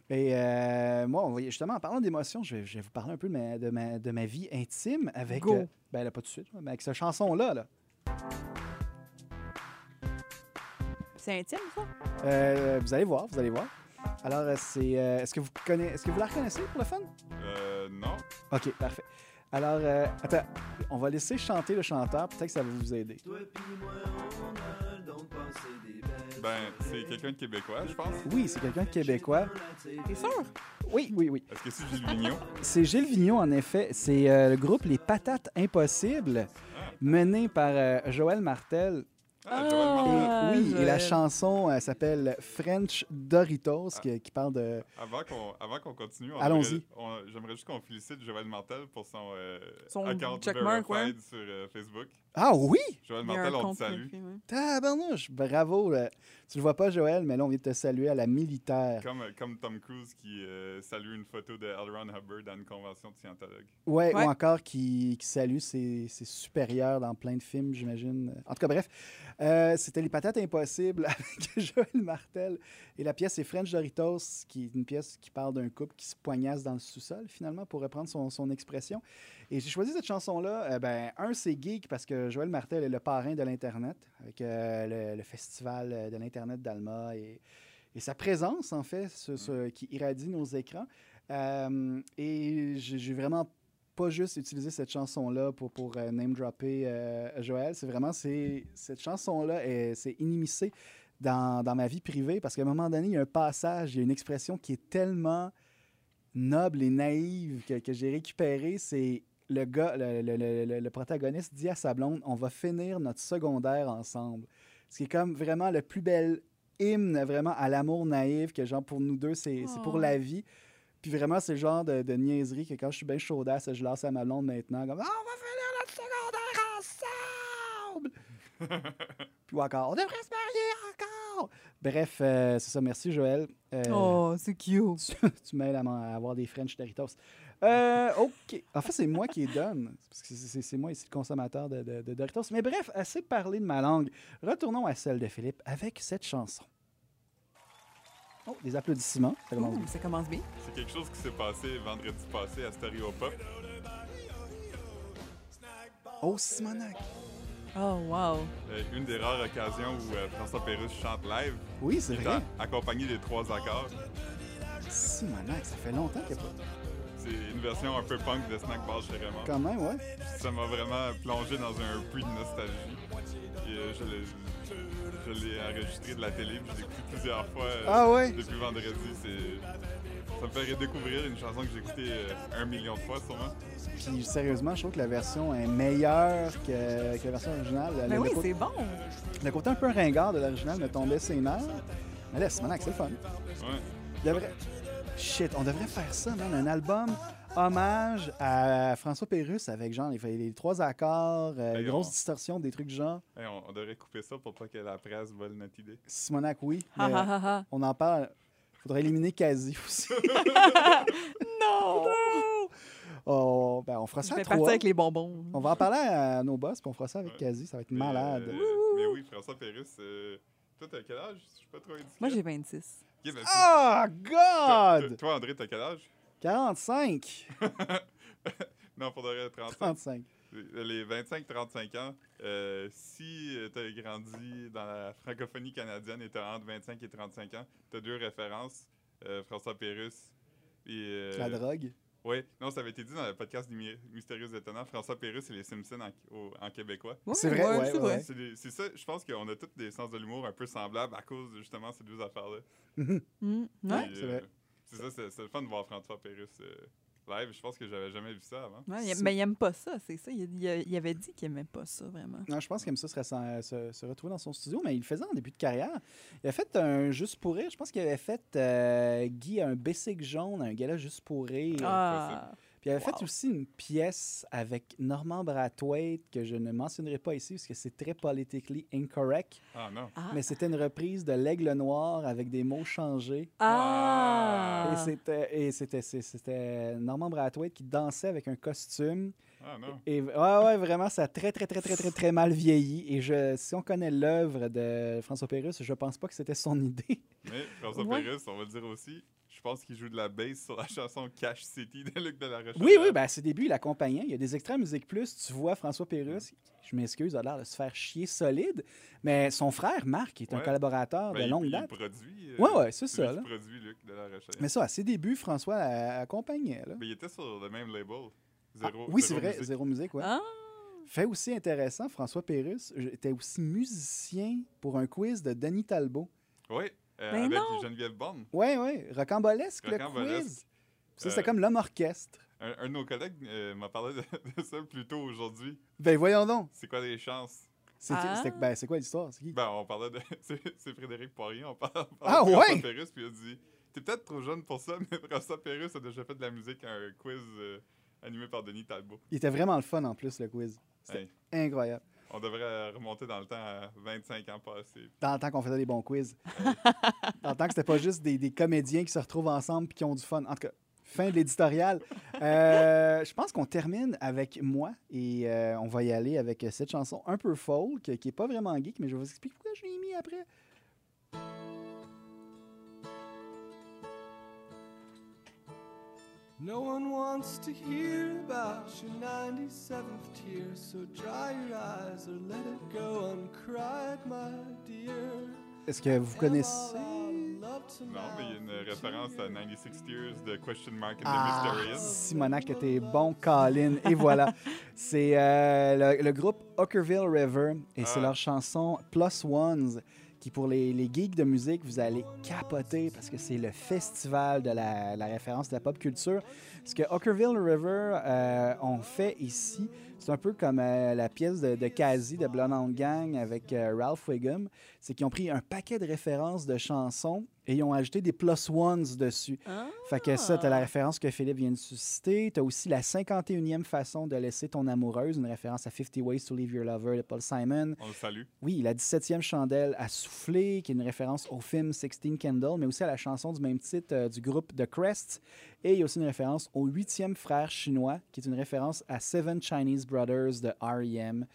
Et euh, moi, on va- justement, en parlant d'émotions, je, vais- je vais vous parler un peu de ma, de ma, de ma vie intime avec... Go. euh, ben là, pas tout de suite, mais avec cette chanson-là. Là. C'est intime, ça? Euh, vous allez voir, vous allez voir. Alors, euh, c'est, euh, est-ce, que vous connaissez, est-ce que vous la reconnaissez pour le fun? Euh, non. OK, parfait. Alors, euh, attends, on va laisser chanter le chanteur, peut-être que ça va vous aider. Toi pis moi, on a donc passé des belles Ben, c'est quelqu'un de québécois, je pense. Oui, c'est quelqu'un de québécois. T'es sûr? Oui, oui, oui. Est-ce que c'est Gilles Vigneault? C'est Gilles Vignon, en effet. C'est euh, le groupe Les Patates Impossibles, mené par euh, Joël Martel. Ah, Joël Martel. Ah, et, oui, et la Joël. chanson euh, s'appelle French Doritos, qui, qui parle de... Avant qu'on avant qu'on continue, on Allons-y. voudrait- on- j'aimerais juste qu'on félicite Joël Martel pour son, euh, Son account checkmark, verified sur euh, Facebook. Ah oui! Joël Il y a un Martel, on compte te salue. vérifié, ouais. Tabarnouche! Bravo! là. Tu le vois pas, Joël, mais là, on vient de te saluer à la militaire. Comme, comme Tom Cruise qui euh, salue une photo de L. Ron Hubbard dans une convention de scientologue. Ouais, Ouais. ou encore qui, qui salue ses, ses supérieurs dans plein de films, j'imagine. En tout cas, bref, euh, c'était Les Patates Impossibles avec Joël Martel. Et la pièce, c'est French Doritos, qui est une pièce qui parle d'un couple qui se poignasse dans le sous-sol, finalement, pour reprendre son, son expression. Et j'ai choisi cette chanson-là. euh, ben, un, c'est geek parce que Joël Martel est le parrain de l'Internet, avec euh, le, le festival de l'Internet d'Alma et, et sa présence, en fait, ce- ce- qui irradie nos écrans. Euh, et j'ai j'ai vraiment pas juste utiliser cette chanson-là pour, pour euh, name-dropper euh, Joël. C'est vraiment, c'est, cette chanson-là, est- c'est inimicé dans, dans ma vie privée parce qu'à un moment donné, il y a un passage, il y a une expression qui est tellement noble et naïve que, que j'ai récupérée. C'est le gars, le, le- le- le- le protagoniste dit à sa blonde, on va finir notre secondaire ensemble. Ce qui est comme vraiment le plus bel hymne vraiment à l'amour naïf que genre pour nous deux, c'est, c'est pour Oh. la vie. Puis vraiment, c'est le genre de, de niaiserie que quand je suis bien chaudasse, je lance à ma blonde maintenant, comme Ah, on va finir notre secondaire ensemble! Puis ou encore, on devrait se marier encore! Bref, euh, c'est ça, merci Joël. Euh, Oh, c'est cute! Tu, tu m'aides à, m'en- à avoir des French Doritos. Euh, OK. En fait, c'est moi qui les donne. C'est Parce que c'est- c'est c'est moi ici le consommateur de, de- de Doritos. Mais bref, assez parlé de ma langue. Retournons à celle de Philippe avec cette chanson. Oh, des applaudissements. Ça commence bien. Ouh, ça commence bien. C'est quelque chose qui s'est passé vendredi passé à Stereo Pop. Oh, Simonac. Oh, wow! Euh, une des rares occasions où euh, François Pérusse chante live, Oui, c'est il est vrai. a- accompagné des trois accords. Simonac, ça fait longtemps qu'il n'y a pas. C'est une version un peu punk de Snack Bar chez Raymond. Quand même, ouais. Ça m'a vraiment plongé dans un puits de nostalgie. Et, euh, je l'ai- je l'ai enregistré de la télé, puis je l'ai écouté plusieurs fois euh, Ah ouais? depuis vendredi. C'est- Ça me fait redécouvrir une chanson que j'ai écoutée euh, un million de fois sûrement. Puis sérieusement, je trouve que la version est meilleure que, que la version originale. Le- Mais le Ben oui, côté- c'est bon! Euh, Le côté un peu ringard de l'original me tombait ses nerfs. Mais là, Simonac, c'est le fun. Ouais. Devrait- Shit, on devrait faire ça, man. Un album hommage à François Pérusse avec genre les, les trois accords, euh, Ben, grosse on- distorsion, des trucs du genre. Hey, on, on devrait couper ça pour pas que la presse vole notre idée. Simonac, oui. Ha, mais ha, ha, ha. on en parle. Faudrait éliminer Kazi aussi. Non! Ah, Oh. oh, ben, on fera Je ça à vais trois. partir avec les bonbons. On va en parler à nos boss, puis on fera ça avec Ouais. Kazi. Ça va être Mais, malade. euh, mais oui, François Pérusse, euh, toi, t'as quel âge? Je suis pas trop indiscret. Moi, j'ai 26. Ok, ben, Oh, toi- God! Toi, André, t'as quel âge? 45! Non, pour de vrai, 35. 35. Les 25-35 ans, euh, si euh, t'as grandi dans la francophonie canadienne et t'as entre 25 et 35 ans, t'as deux références, euh, François Pérusse et... euh, La drogue. Oui, non, ça avait été dit dans le podcast du My- Mystérieux Étonnant, François Pérusse et les Simpsons en, au- en québécois. Ouais, C'est vrai, ouais, c'est ouais, vrai. C'est des- c'est ça, je pense qu'on a tous des sens de l'humour un peu semblables à cause de justement ces deux affaires-là. Mhm. Mm, ouais. Puis, c'est vrai. C'est ça, c'est c'est le fun de voir François Pérus euh, live. Je pense que j'avais jamais vu ça avant. Ouais, il- C'est- mais il aime pas ça, c'est ça. Il, il- il avait dit qu'il aimait pas ça, vraiment. Non, je pense qu'il aime ça se, ressent- se- se retrouver dans son studio, mais il le faisait en début de carrière. Il a fait un Juste pour rire. Je pense qu'il avait fait euh, Guy un Bessic jaune, un gala Juste pour rire. Ah, Puis il avait fait wow. aussi une pièce avec Norman Brathwaite que je ne mentionnerai pas ici parce que c'est très politically incorrect, Ah non. ah, mais c'était une reprise de L'Aigle Noir avec des mots changés. ah. Et c'était- Et c'était- c'est- c'était Norman Brathwaite qui dansait avec un costume. Ah non. Et ouais, ouais, vraiment, ça a très, très, très, très, très, très mal vieilli. Et je, si on connaît l'œuvre de François Pérus, je pense pas que c'était son idée. Mais François Ouais. Pérus, on va le dire aussi, je pense qu'il joue de la bass sur la chanson Cash City de Luc de la Rochelle. Oui, oui, ben, à ses débuts, il accompagnait. Il y a des extraits à Musique Plus. Tu vois François Pérus, je m'excuse, a l'air de se faire chier solide. Mais son frère, Marc, est un Ouais. collaborateur Ben, de il- longue il date. produit. euh, Ouais, ouais, c'est lui ça, qui là. produit Luc de la Rochelle. Mais ça, à ses débuts, François euh, accompagnait. là. Mais il était sur le même label. Ah, Zéro. oui, c'est Zéro vrai, Musique. Zéro Musique, ouais. Ah. Fait aussi intéressant, François Pérus était aussi musicien pour un quiz de Denis Talbot. Oui, euh, Mais avec non. Geneviève Borne. Ouais, ouais, rocambolesque, le Rocambolesque. quiz. Ça, c'était Euh, comme l'homme orchestre. Un, un de nos collègues euh, m'a parlé de, de ça plus tôt aujourd'hui. Ben voyons donc. C'est quoi les chances? C'est qui- Ah. c'était- ben, c'est quoi l'histoire? C'est qui? Ben, on parlait de. C'est c'est Frédéric Poirier, on parlait, on Ah, parlait de François ouais? Pérus, puis il a dit T'es peut-être trop jeune pour ça, mais François Pérus a déjà fait de la musique à un quiz euh, animé par Denis Talbot. Il était vraiment le fun en plus, le quiz. C'était Hey, incroyable. on devrait remonter dans le temps à 25 ans passés. Dans le temps qu'on faisait des bons quiz. Dans le temps que c'était pas juste des, des comédiens qui se retrouvent ensemble puis qui ont du fun. En tout cas, fin de l'éditorial. Euh, je pense qu'on termine avec moi et euh, on va y aller avec cette chanson un peu folk qui est pas vraiment geek, mais je vais vous expliquer pourquoi je l'ai mis après. No one wants to hear about your 97th tear, so dry your eyes or let it go uncried, my dear. Est-ce que vous connaissez. Non, mais il y a Ah, une référence à 96 Tears de Question Mark and Ah, the Mysterious. Simonac était bon, Colin. Et voilà. C'est euh, le, le groupe Ockerville River et c'est Ah. leur chanson Plus Ones qui, pour les, les geeks de musique, vous allez capoter parce que c'est le festival de la, la référence de la pop culture. Ce que Ockerville River euh, ont fait ici, c'est un peu comme euh, la pièce de, de Kazi de Blonde on Gang avec euh, Ralph Wiggum. C'est qu'ils ont pris un paquet de références de chansons et ils ont ajouté des Plus Ones dessus. Ah. Fait que ça, t'as la référence que Philippe vient de susciter. T'as aussi la 51e façon de laisser ton amoureuse, une référence à 50 Ways to Leave Your Lover de Paul Simon. On le salue. Oui, la 17e chandelle à souffler, qui est une référence au film 16 Candle, mais aussi à la chanson du même titre euh, du groupe The Crest. Et il y a aussi une référence au 8e frère chinois, qui est une référence à Seven Chinese Brothers de R.E.M.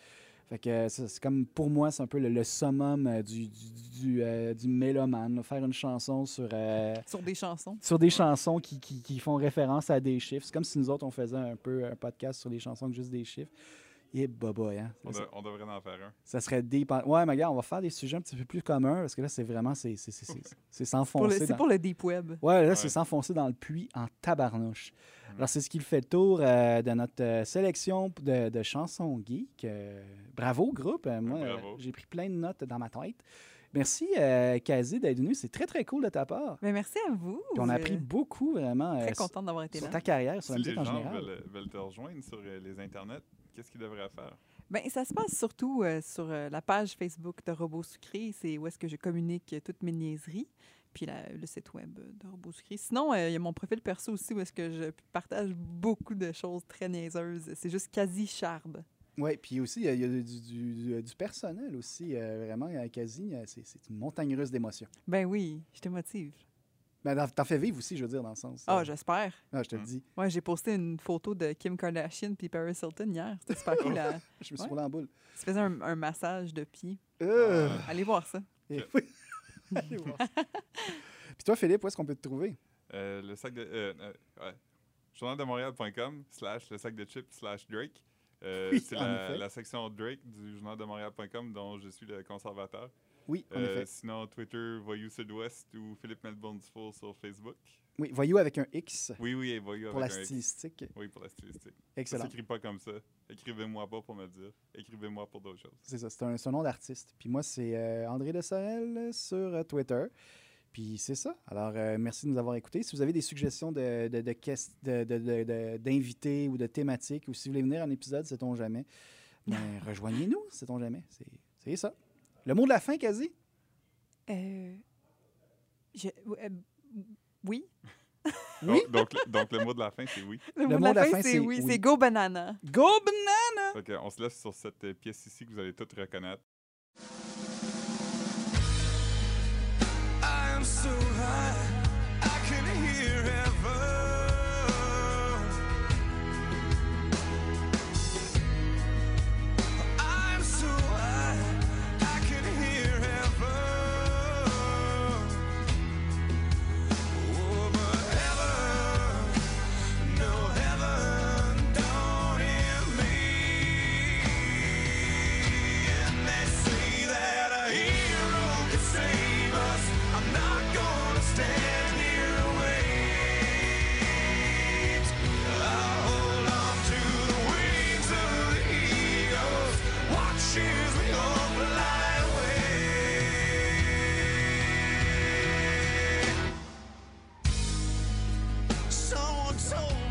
Fait que euh, ça, c'est comme pour moi, c'est un peu le, le summum euh, du, du, du, euh, du mélomane. Faire une chanson sur. euh, Sur des chansons. sur des chansons qui, qui- qui font référence à des chiffres. C'est comme si nous autres, on faisait un peu un podcast sur les chansons que juste des chiffres. Et boboy, hein? On, Ça, de- on devrait en faire un. ça serait deep. en- Ouais, mais gars, on va faire des sujets un petit peu plus communs parce que là, c'est vraiment... C'est c'est- c'est- c'est- c'est Pour le- s'enfoncer C'est dans... pour le deep web. Ouais, là, Ouais. c'est s'enfoncer dans le puits en tabarnouche. Alors, c'est ce qui fait le tour euh, de notre euh, sélection p- de, de chansons geek. Euh, bravo, groupe. Euh, moi, bravo. euh, j'ai pris plein de notes dans ma tête. Merci, euh, Kazi, d'être venu. C'est très, très cool de ta part. Mais merci à vous. Puis on a Euh, appris beaucoup, vraiment. euh, Très sur- contente d'avoir été sur là. ta carrière, sur Si la les musique en gens général. veulent, veulent te rejoindre sur euh, les internets, qu'est-ce qu'ils devraient faire? Ben, ça se passe surtout euh, sur euh, la page Facebook de Robots Sucrés. C'est où est-ce que je communique euh, toutes mes niaiseries. Puis la- le site web euh, de Robots Sucrés. Sinon, euh, il y a mon profil perso aussi où est-ce que je partage beaucoup de choses très niaiseuses. C'est juste quasi charbe. Oui, puis aussi, il y a, il y a du, du- du- euh, du personnel aussi, euh, vraiment, à Casigny, euh, c'est c'est une montagne russe d'émotions. Ben oui, je te motive. Mais t'en- t'en fais vivre aussi, je veux dire, dans le sens. Ah, euh, j'espère. ah, je te le Mm. dis, Ouais, j'ai posté une photo de Kim Kardashian puis Paris Hilton hier. C'était super cool. là. je me suis Ouais. roulé en boule. Ils se faisaient un, un massage de pied. Ah, Euh, Allez voir ça. et- Allez voir. puis toi, Philippe, où est-ce qu'on peut te trouver? Euh, le sac de. Euh, euh, ouais. journaldemontréal.com slash le sac de chips slash Drake. Euh, Oui, c'est en la, effet. la section Drake du journaldemontréal.com dont je suis le conservateur. Oui, en Euh, effet. sinon, Twitter, Voyou Sud-Ouest ou Philippe Melbourne du Four sur Facebook. Oui, voyou avec un X Oui, oui, et Voyou pour la avec un X. stylistique. Oui, pour la stylistique. Ça Excellent. s'écrit pas comme ça. Écrivez-moi pas pour me le dire. Écrivez-moi pour d'autres choses. C'est ça, c'est un, c'est un nom d'artiste. Puis moi, c'est euh, André de Sorel sur euh, Twitter. Puis c'est ça. Alors, euh, merci de nous avoir écoutés. Si vous avez des suggestions de, de, de ques- de- de- de- de- d'invités ou de thématiques, ou si vous voulez venir en épisode, sait-on jamais, ben, rejoignez-nous, sait-on jamais. C'est, c'est ça. Le mot de la fin, quasi. Euh, je- euh, oui. Oui. Donc, donc, le- donc le mot de la fin, c'est oui. Le, mot de la, fin, c'est oui. oui. C'est Go Banana. Go Fait que on se laisse sur cette euh, pièce ici que vous allez toutes reconnaître. I am so high, I can hear heaven. I'm so high, I can hear heaven. Oh, but heaven, no heaven don't hear me. And they say that a hero can save us. I'm not gonna stand here and wait. I'll hold on to the wings of the eagles. Watch as we all fly away. Someone told